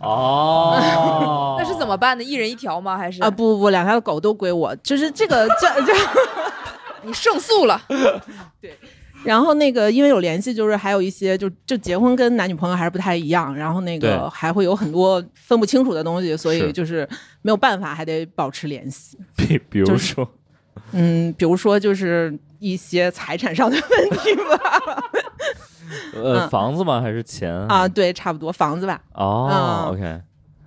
OK 哦，那是怎么办的？一人一条吗？还是啊，不不不，两条狗都归我，就是这个这这。 你胜诉了？然后那个，因为有联系，就是还有一些，就就结婚跟男女朋友还是不太一样，然后那对个还会有很多分不清楚的东西，所是以就是没有办法，还得保持联系。比比如说，嗯，比如说就是一些财产上的问题吧。呃，嗯房子吗？还是钱？啊，对，差不多房子吧。哦嗯，OK，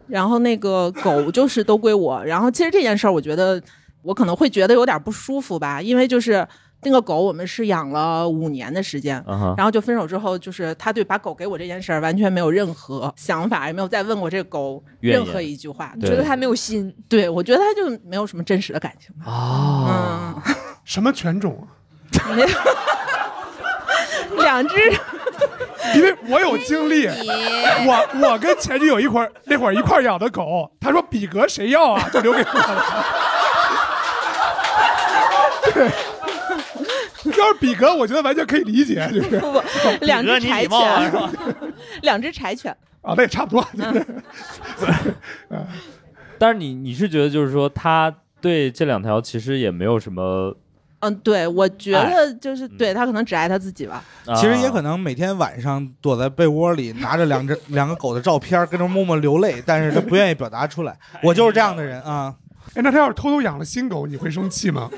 然后那个狗就是都归我。然后其实这件事儿，我觉得我可能会觉得有点不舒服吧，因为就是那个狗我们是养了五年的时间啊嗯哼然后就分手之后，就是他对把狗给我这件事儿完全没有任何想法，也没有再问过这个狗怨任言何一句话，对觉得它没有心？对，我觉得他就没有什么真实的感情嗯吧。哦，什么犬种啊？两只， 因为我有经历，你我我跟前女友一块儿那会儿一块儿养的狗，她说比格谁要啊，就留给我了。 对，要是比格，我觉得完全可以理解，就是不不， 两只柴你礼貌啊是吧犬， 两只柴犬。啊，那也差不多。 但是你你是觉得就是说他对这两条其实也没有什么，嗯，对，我觉哎得就是嗯对他可能只爱他自己吧。其实也可能每天晚上躲在被窝里，拿着两只 两个狗的照片，跟着默默流泪，但是他不愿意表达出来。我就是这样的人啊，哎，那他要是偷偷养了新狗，你会生气吗？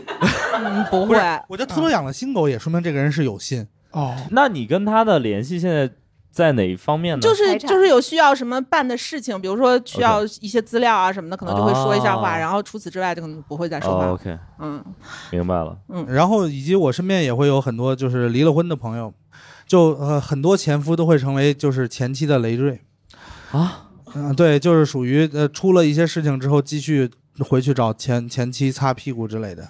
嗯，不不是，我就偷偷养了新狗，也说明这个人是有心。哦，那你跟他的联系现在在哪一方面呢？就是就是有需要什么办的事情，比如说需要一些资料啊什么的，可能就会说一下话，哦然后除此之外就可能不会再说话。哦，OK，嗯，明白了。嗯，然后以及我身边也会有很多就是离了婚的朋友，就呃很多前夫都会成为就是前妻的累赘啊， 嗯、对，就是属于呃出了一些事情之后，继续回去找前前妻擦屁股之类的，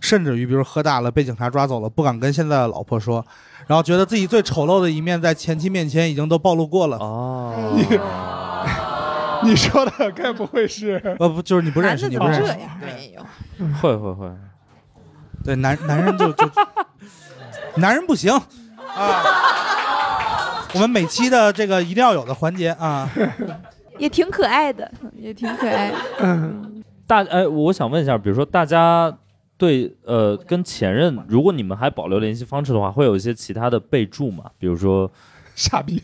甚至于比如喝大了被警察抓走了，不敢跟现在的老婆说。然后觉得自己最丑陋的一面在前妻面前已经都暴露过了。哦， 你说的该不会是？呃不，就是你不认识，你不认识。样？哎没有，会会会， 对男男人就就男人不行啊。我们每期的这个一定要有的环节啊，也挺可爱的，也挺可 爱的。大哎，我想问一下，比如说大家对呃跟前任，如果你们还保留联系方式的话，会有一些其他的备注吗？比如 说傻逼，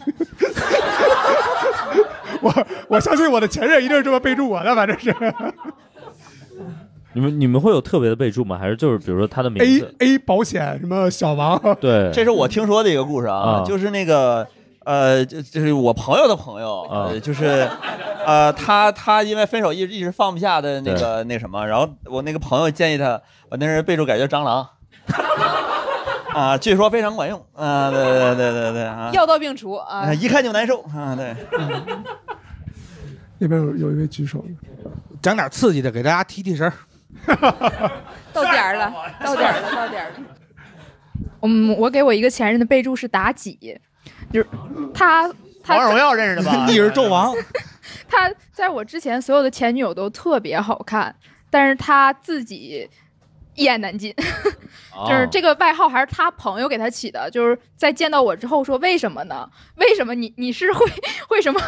我我 相信我的前任一定是这么备注我的，反 正是你们你们会有特别的备注吗？还是就是比如说他的名 A 字？ A 保险什么小王，对，啊这是我听说的一个故事啊，啊就是那个呃，就就是我朋友的朋友，啊呃就是呃，他他因为分手一直一直放不下的那个那什么，然后我那个朋友建议他，我那人备注改叫蟑 螂。啊，据说非常管用啊！对对对对对啊！药到病除啊！啊一看就难受啊！对， 那边有有一位举手，讲点刺激的，给大家提提神儿。 到点儿了，到点儿了，到点儿了。嗯，我给我一个前任的备注是妲己，就是他他王者荣耀认识的 吧你是纣王，他在我之前所有的前女友都特别好看，但是他自己一言难尽， 就是这个外号还是他朋友给他起的，就是在见到我之 后说为什么呢？为什么你你是会会什么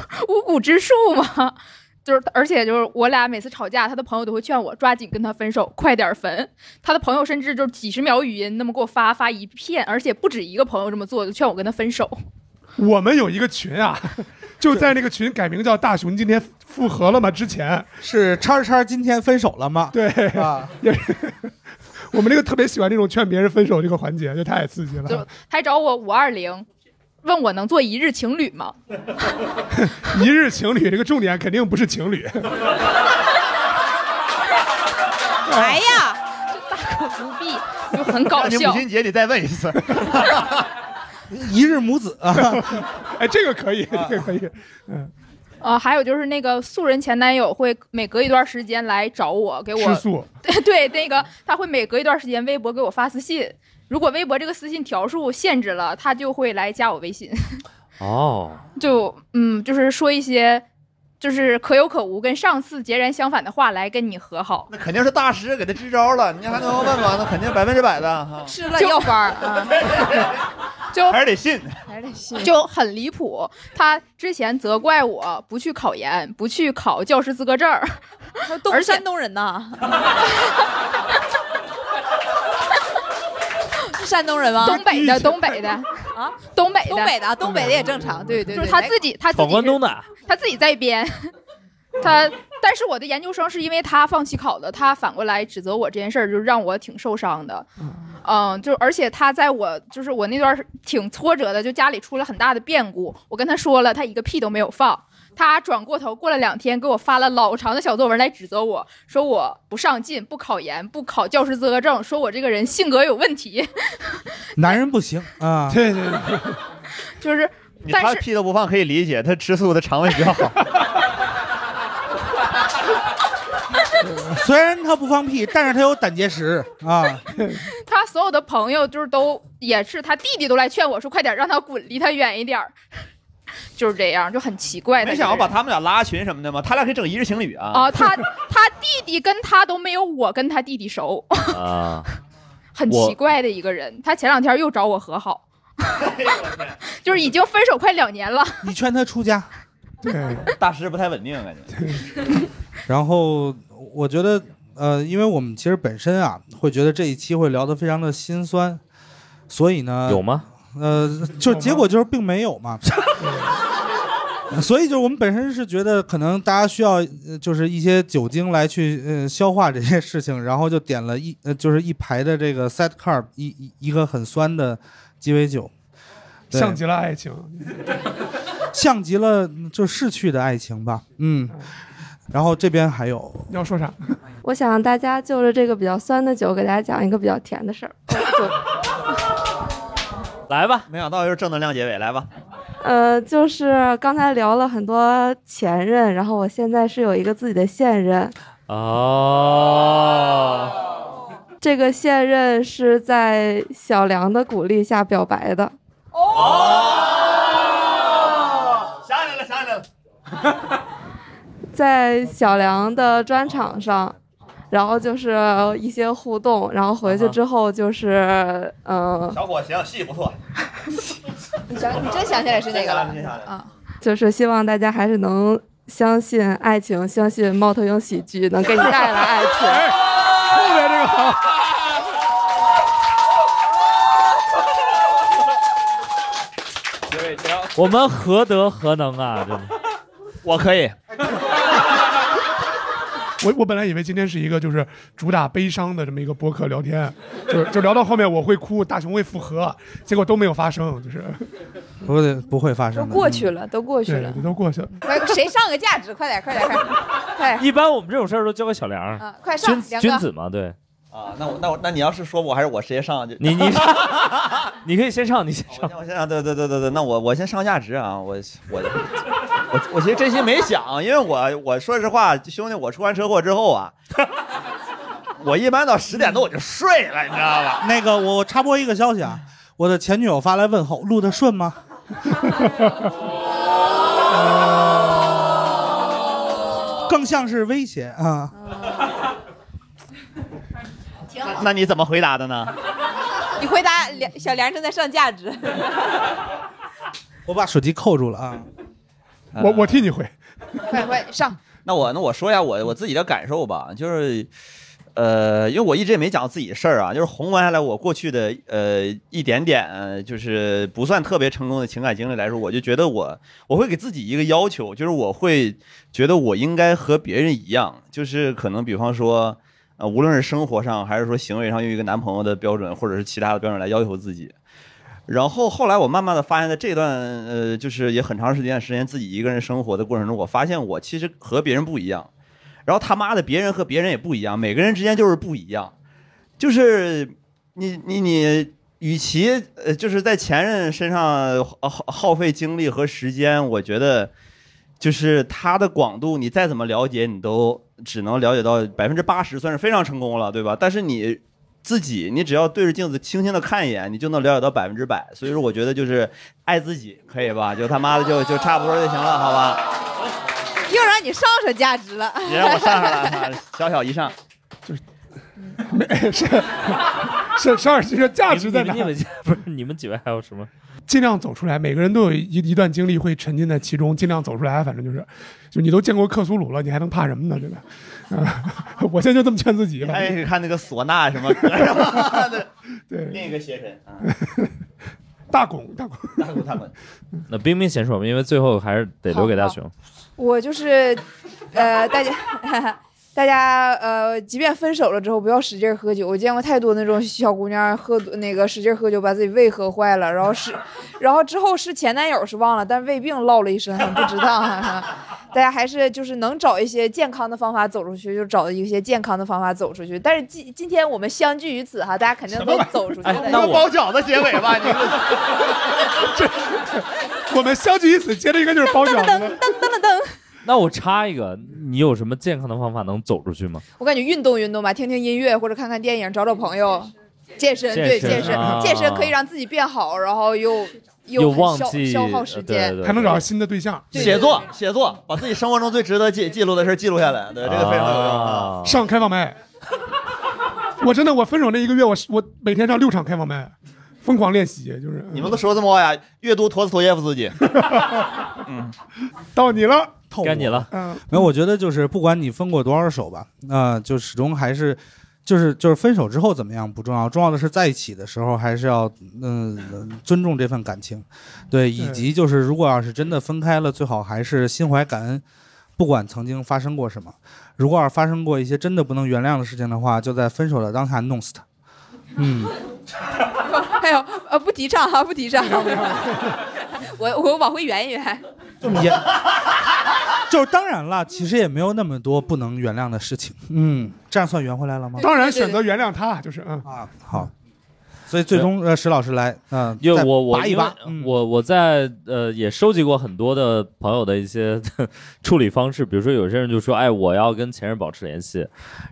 巫蛊之术吗？就是，而且就是我俩每次吵架，他的朋友都会劝我抓紧跟他分手，快点分。他的朋友甚至就是几十秒语音那么给我发发一片，而且不止一个朋友这么做，就劝我跟他分手。 我们有一个群 啊，就在那个群改名叫“大熊今天复合了吗”之前，是叉叉今天分手了吗？对啊， 也是我们这个特别喜欢这种劝别人分手这个环节，就太刺激就了。还找我五二零，问我能做一日情侣吗？ 一日情侣这个重点肯定不是情侣， 哎呀，大可不必， 就很搞让你母笑。亲节你再问一 次，一日母子啊， 哎，这个可以，这个可以，嗯，呃，还有就是那个素人前男友会每隔一段时间来找我，给我吃素 对对，那个他会每隔一段时间微博给我发私信，如果微博这个私信条数限制了，他就会来加我微信， 哦，就嗯，就是说一些就是可有可无跟上次截然相反的话来跟你和好。那肯定是大师给他支招了，你还能问吗？那肯定百分之百的哈。吃了 药方儿啊，就还是得信。还得信， 就很离谱。他之前责怪我不去考研，不去考教师资格证儿，东而且山东人 呐，是山东人吗东北的，东北的啊，东北的，东北的啊东北的也正常对对对就是他自己，他自己闯关是东的，他自己在编， 他。但是我的研究生是因为他放弃考的，他反过来指责我这件事儿，就让我挺受伤的。嗯，就而且他在我就是我那段儿挺挫折的，就家里出了很大的变故，我跟他说了，他一个屁都没有放。他转过头，过了两天给我发了老长的小作文来指责我，说我不上进，不考研，不考教师资格证，说我这个人性格有问题， 男人不行啊，对对对，就是 你但他是屁都不放可以理解，他吃素的肠胃比较 好。虽然他不放屁，但是他有胆结石啊，他所有的朋友就是都也是他弟弟都来劝我说快点让他滚，离他远一点儿， 就是这样，就很奇怪。哎没想要把他他们俩拉群什么的吗？他俩可以整一日情侣这啊。个人啊，他他弟弟跟他都没有我跟他弟弟熟，啊，很我奇怪的一个人。他前两天又找我和好， 就是已经分手快两年了。你劝他出 家。对，大师不太稳定啊感觉。然后我觉得，呃，因为我们其实本身啊，会觉得这一期会聊得非常的心酸，所以呢，有吗？呃，就结果就是并没有嘛。 所以就是我们本身是觉得，可能大家需要呃就是一些酒精来去呃消化这些事情，然后就点了一呃就是一排的这个 set carb 一一一个很酸的鸡尾酒，对像极了爱情。像极了就逝去的爱情吧，嗯。然后这边还有你要说啥？我想大家就着这个比较酸的酒，给大家讲一个比较甜的事儿。来吧，没想到又是正能量结尾，来吧。呃，就是刚才聊了很多前任，然后我现在是有一个自己的现任，哦，这个现任是在小梁的鼓励下表白的。想哦起来了，想起来了。在小梁的专场上，然后就是一些互动，然后回去之后就是，嗯、小伙行，戏不错。 你想，你真想起来是那个了真想起来了真想起来了啊？就是希望大家还是能相信爱情，相信猫头鹰喜剧能给你带来爱情。 哎 后面这个好。我们何德何能啊！真的，我可以。 我我本来以为今天是一个就是主打悲伤的这么一个播客聊天， 就是就聊到后面我会哭，大熊会复合，结果都没有发生，就是 不对，不会发生的。过去了，都过去对了，，都过去了。快谁上个价值？快点，快点，快点，快点！一般我们这种事儿都交给小梁啊快上嗯君梁哥君子嘛，对啊，那我那我那你要是说我还是我直接上就你你你可以先上，你先上，我先上，对对对对对，那我我先上价值啊，我我我我其实真心没想，因为我我说实话，兄弟，我出完车祸之后啊，我一般到十点多我就睡了，你知道吧？那个，我插播一个消息啊，我的前女友发来问候，录的顺吗？更像是威胁啊！那你怎么回答的呢？你回答梁小梁正在上价值，我把手机扣住了啊！我我替你回。 快快上！那我那我说一下我我自己的感受吧，就是，呃，因为我一直也没讲自己的事儿啊，就是宏观下来，我过去的呃一点点呃就是不算特别成功的情感经历来说，我就觉得我我会给自己一个要求，就是我会觉得我应该和别人一样，就是可能比方说。呃，无论是生活上还是说行为上，用一个男朋友的标准或者是其他的标准来要求自己，然后后来我慢慢的发现，在这段呃，就是也很长时间时间自己一个人生活的过程中，我发现我其实和别人不一样，然后他妈的别人和别人也不一样，每个人之间就是不一样，就是你你你，与其呃就是在前任身上耗耗耗费精力和时间，我觉得就是他的广度，你再怎么了解，你都只能了解到百分之八十，算是非常成功了，对吧？但是你自己，你只要对着镜子轻轻的看一眼，你就能了解到百分之百。所以说，我觉得就是爱自己，可以吧？就他妈的就就差不多就行了，好吧？又让你上上价值了。别让我上上 来，操小小一上。没是是十二，这个价值在哪？你们你们不是你们几位还有什么？尽量走出来，每个人都有一一段经历会沉浸在其中，尽量走出来。反正就是，就你都见过克苏鲁了，你还能怕什么呢？对吧？啊、 我现在就这么劝自己吧。还是哎看那个唢呐什么歌什么的，对，另一个邪神啊，大拱大拱大拱大拱，那冰冰先说吧，因为最后还是得留给大熊。我就是，呃，大家。 大家呃，即便分手了之后，不要使劲儿喝酒。我见过太多那种小姑娘喝那个使劲儿喝酒，把自己胃喝坏了，然后是，然后之后是前男友是忘了，但胃病落了一身，很不值当。 大家还是就是能找一些健康的方法走出去，就找一些健康的方法走出去。但是今今天我们相聚于此哈，大家肯定都走出去了。哎那包饺子结尾吧，你们我们相聚于此，接着应该就是包饺子。那我插一个，你有什么健康的方法能走出去吗？我感觉运动运动吧，听听音乐或者看看电影，找找朋友，健身健对身健身、啊健身可以让自己变好，然后又又又很忘消记消耗时间，对还能找到新的对象。写作写作，把自己生活中最值得记记录的事记录下来，对，这个非常有用啊。上开放麦，我真的我分手那一个月，我我每天上六场开放麦，疯狂练习，就是你们都说这么话呀？阅读陀思妥耶夫斯基，到你了，该你 了。嗯，没有，我觉得就是不管你分过多少手吧，那、就始终还是，就是就是分手之后怎么样不重要，重要的是在一起的时候还是要嗯、尊重这份感情，对，以及就是如果要是真的分开了，最好还是心怀感恩，不管曾经发生过什么，如果要是发生过一些真的不能原谅的事情的话，就在分手的当下弄死他。嗯， 还有呃不提倡哈，不提倡。 我我往回圆一圆，也就是当然了，其实也没有那么多不能原谅的事情。嗯，这样算圆回来了吗？当然选择原谅他，就是嗯啊，好，所以最终呃，石老师来，嗯、因为再我我拔一因为拔，嗯我我在呃也收集过很多的朋友的一些 处理方式，比如说有些人就说，哎，我要跟前任保持联系，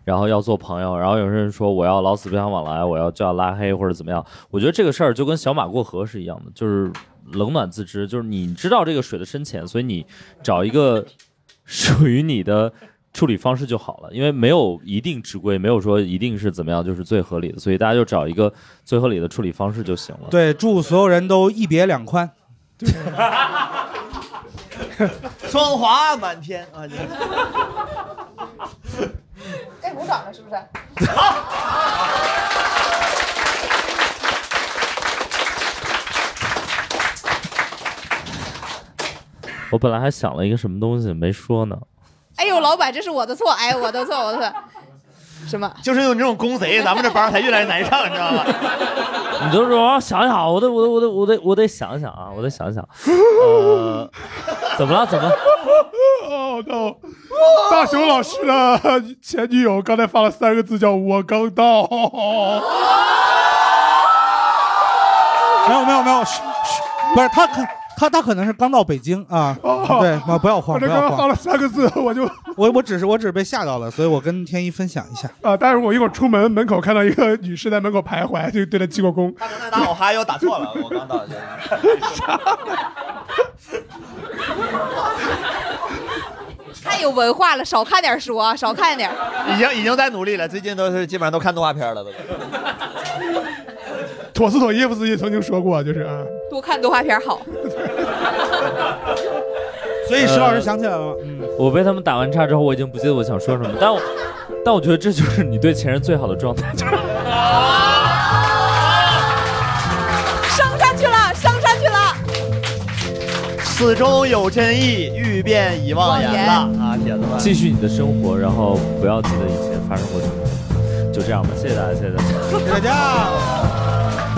然后要做朋友，然后有些人说我要老死不相往来，我要就要拉黑或者怎么样。我觉得这个事儿就跟小马过河是一样的，就是冷暖自知，就是你知道这个水的深浅，所以你找一个属于你的。处理方式就好了，因为没有一定之规，没有说一定是怎么样就是最合理的，所以大家就找一个最合理的处理方式就行了。对，祝所有人都一别两宽。霜华满天啊！你该鼓掌了是不是？ 我本来还想了一个什么东西没说呢，哎呦，老板，这是我的错，哎，我的错，我的错。什么？就是有你这种公贼，咱们这班才越来越难上，你知道吗？你就是我要想想，我得我得我得我得我得想想啊，我得想想。呃，怎么了？怎么了？ 哦，到大熊老师的前女友刚才发了三个字叫“我刚到”，没有没有没有，嘘嘘，不是他可他他可能是刚到北京啊，对，啊不要哦我慌，不这刚要刚发慌了。三个字，我就我我只是我只是被吓到了，所以我跟天一分享一下。啊！但是我一会儿出门，门口看到一个女士在门口徘徊，就对她鞠过躬。打我哈腰打错了，我刚到的。 太有文化了，少看点书啊，少看点。 已经已经在努力了，最近都是基本上都看动画片了都。陀思妥耶夫嗯斯基曾经说过，就是啊，多看动画片好。所以石老师想起来了吗？嗯，我被他们打完岔之后，我已经不记得我想说什么，但我但我觉得这就是你对前任最好的状态。升上去了，升上去了。此中有真意，欲辨已忘言了忘言啊，铁子们。继续你的生活，然后不要记得以前发生过什么。就这样吧，谢谢大家，谢谢大家。谢谢大家。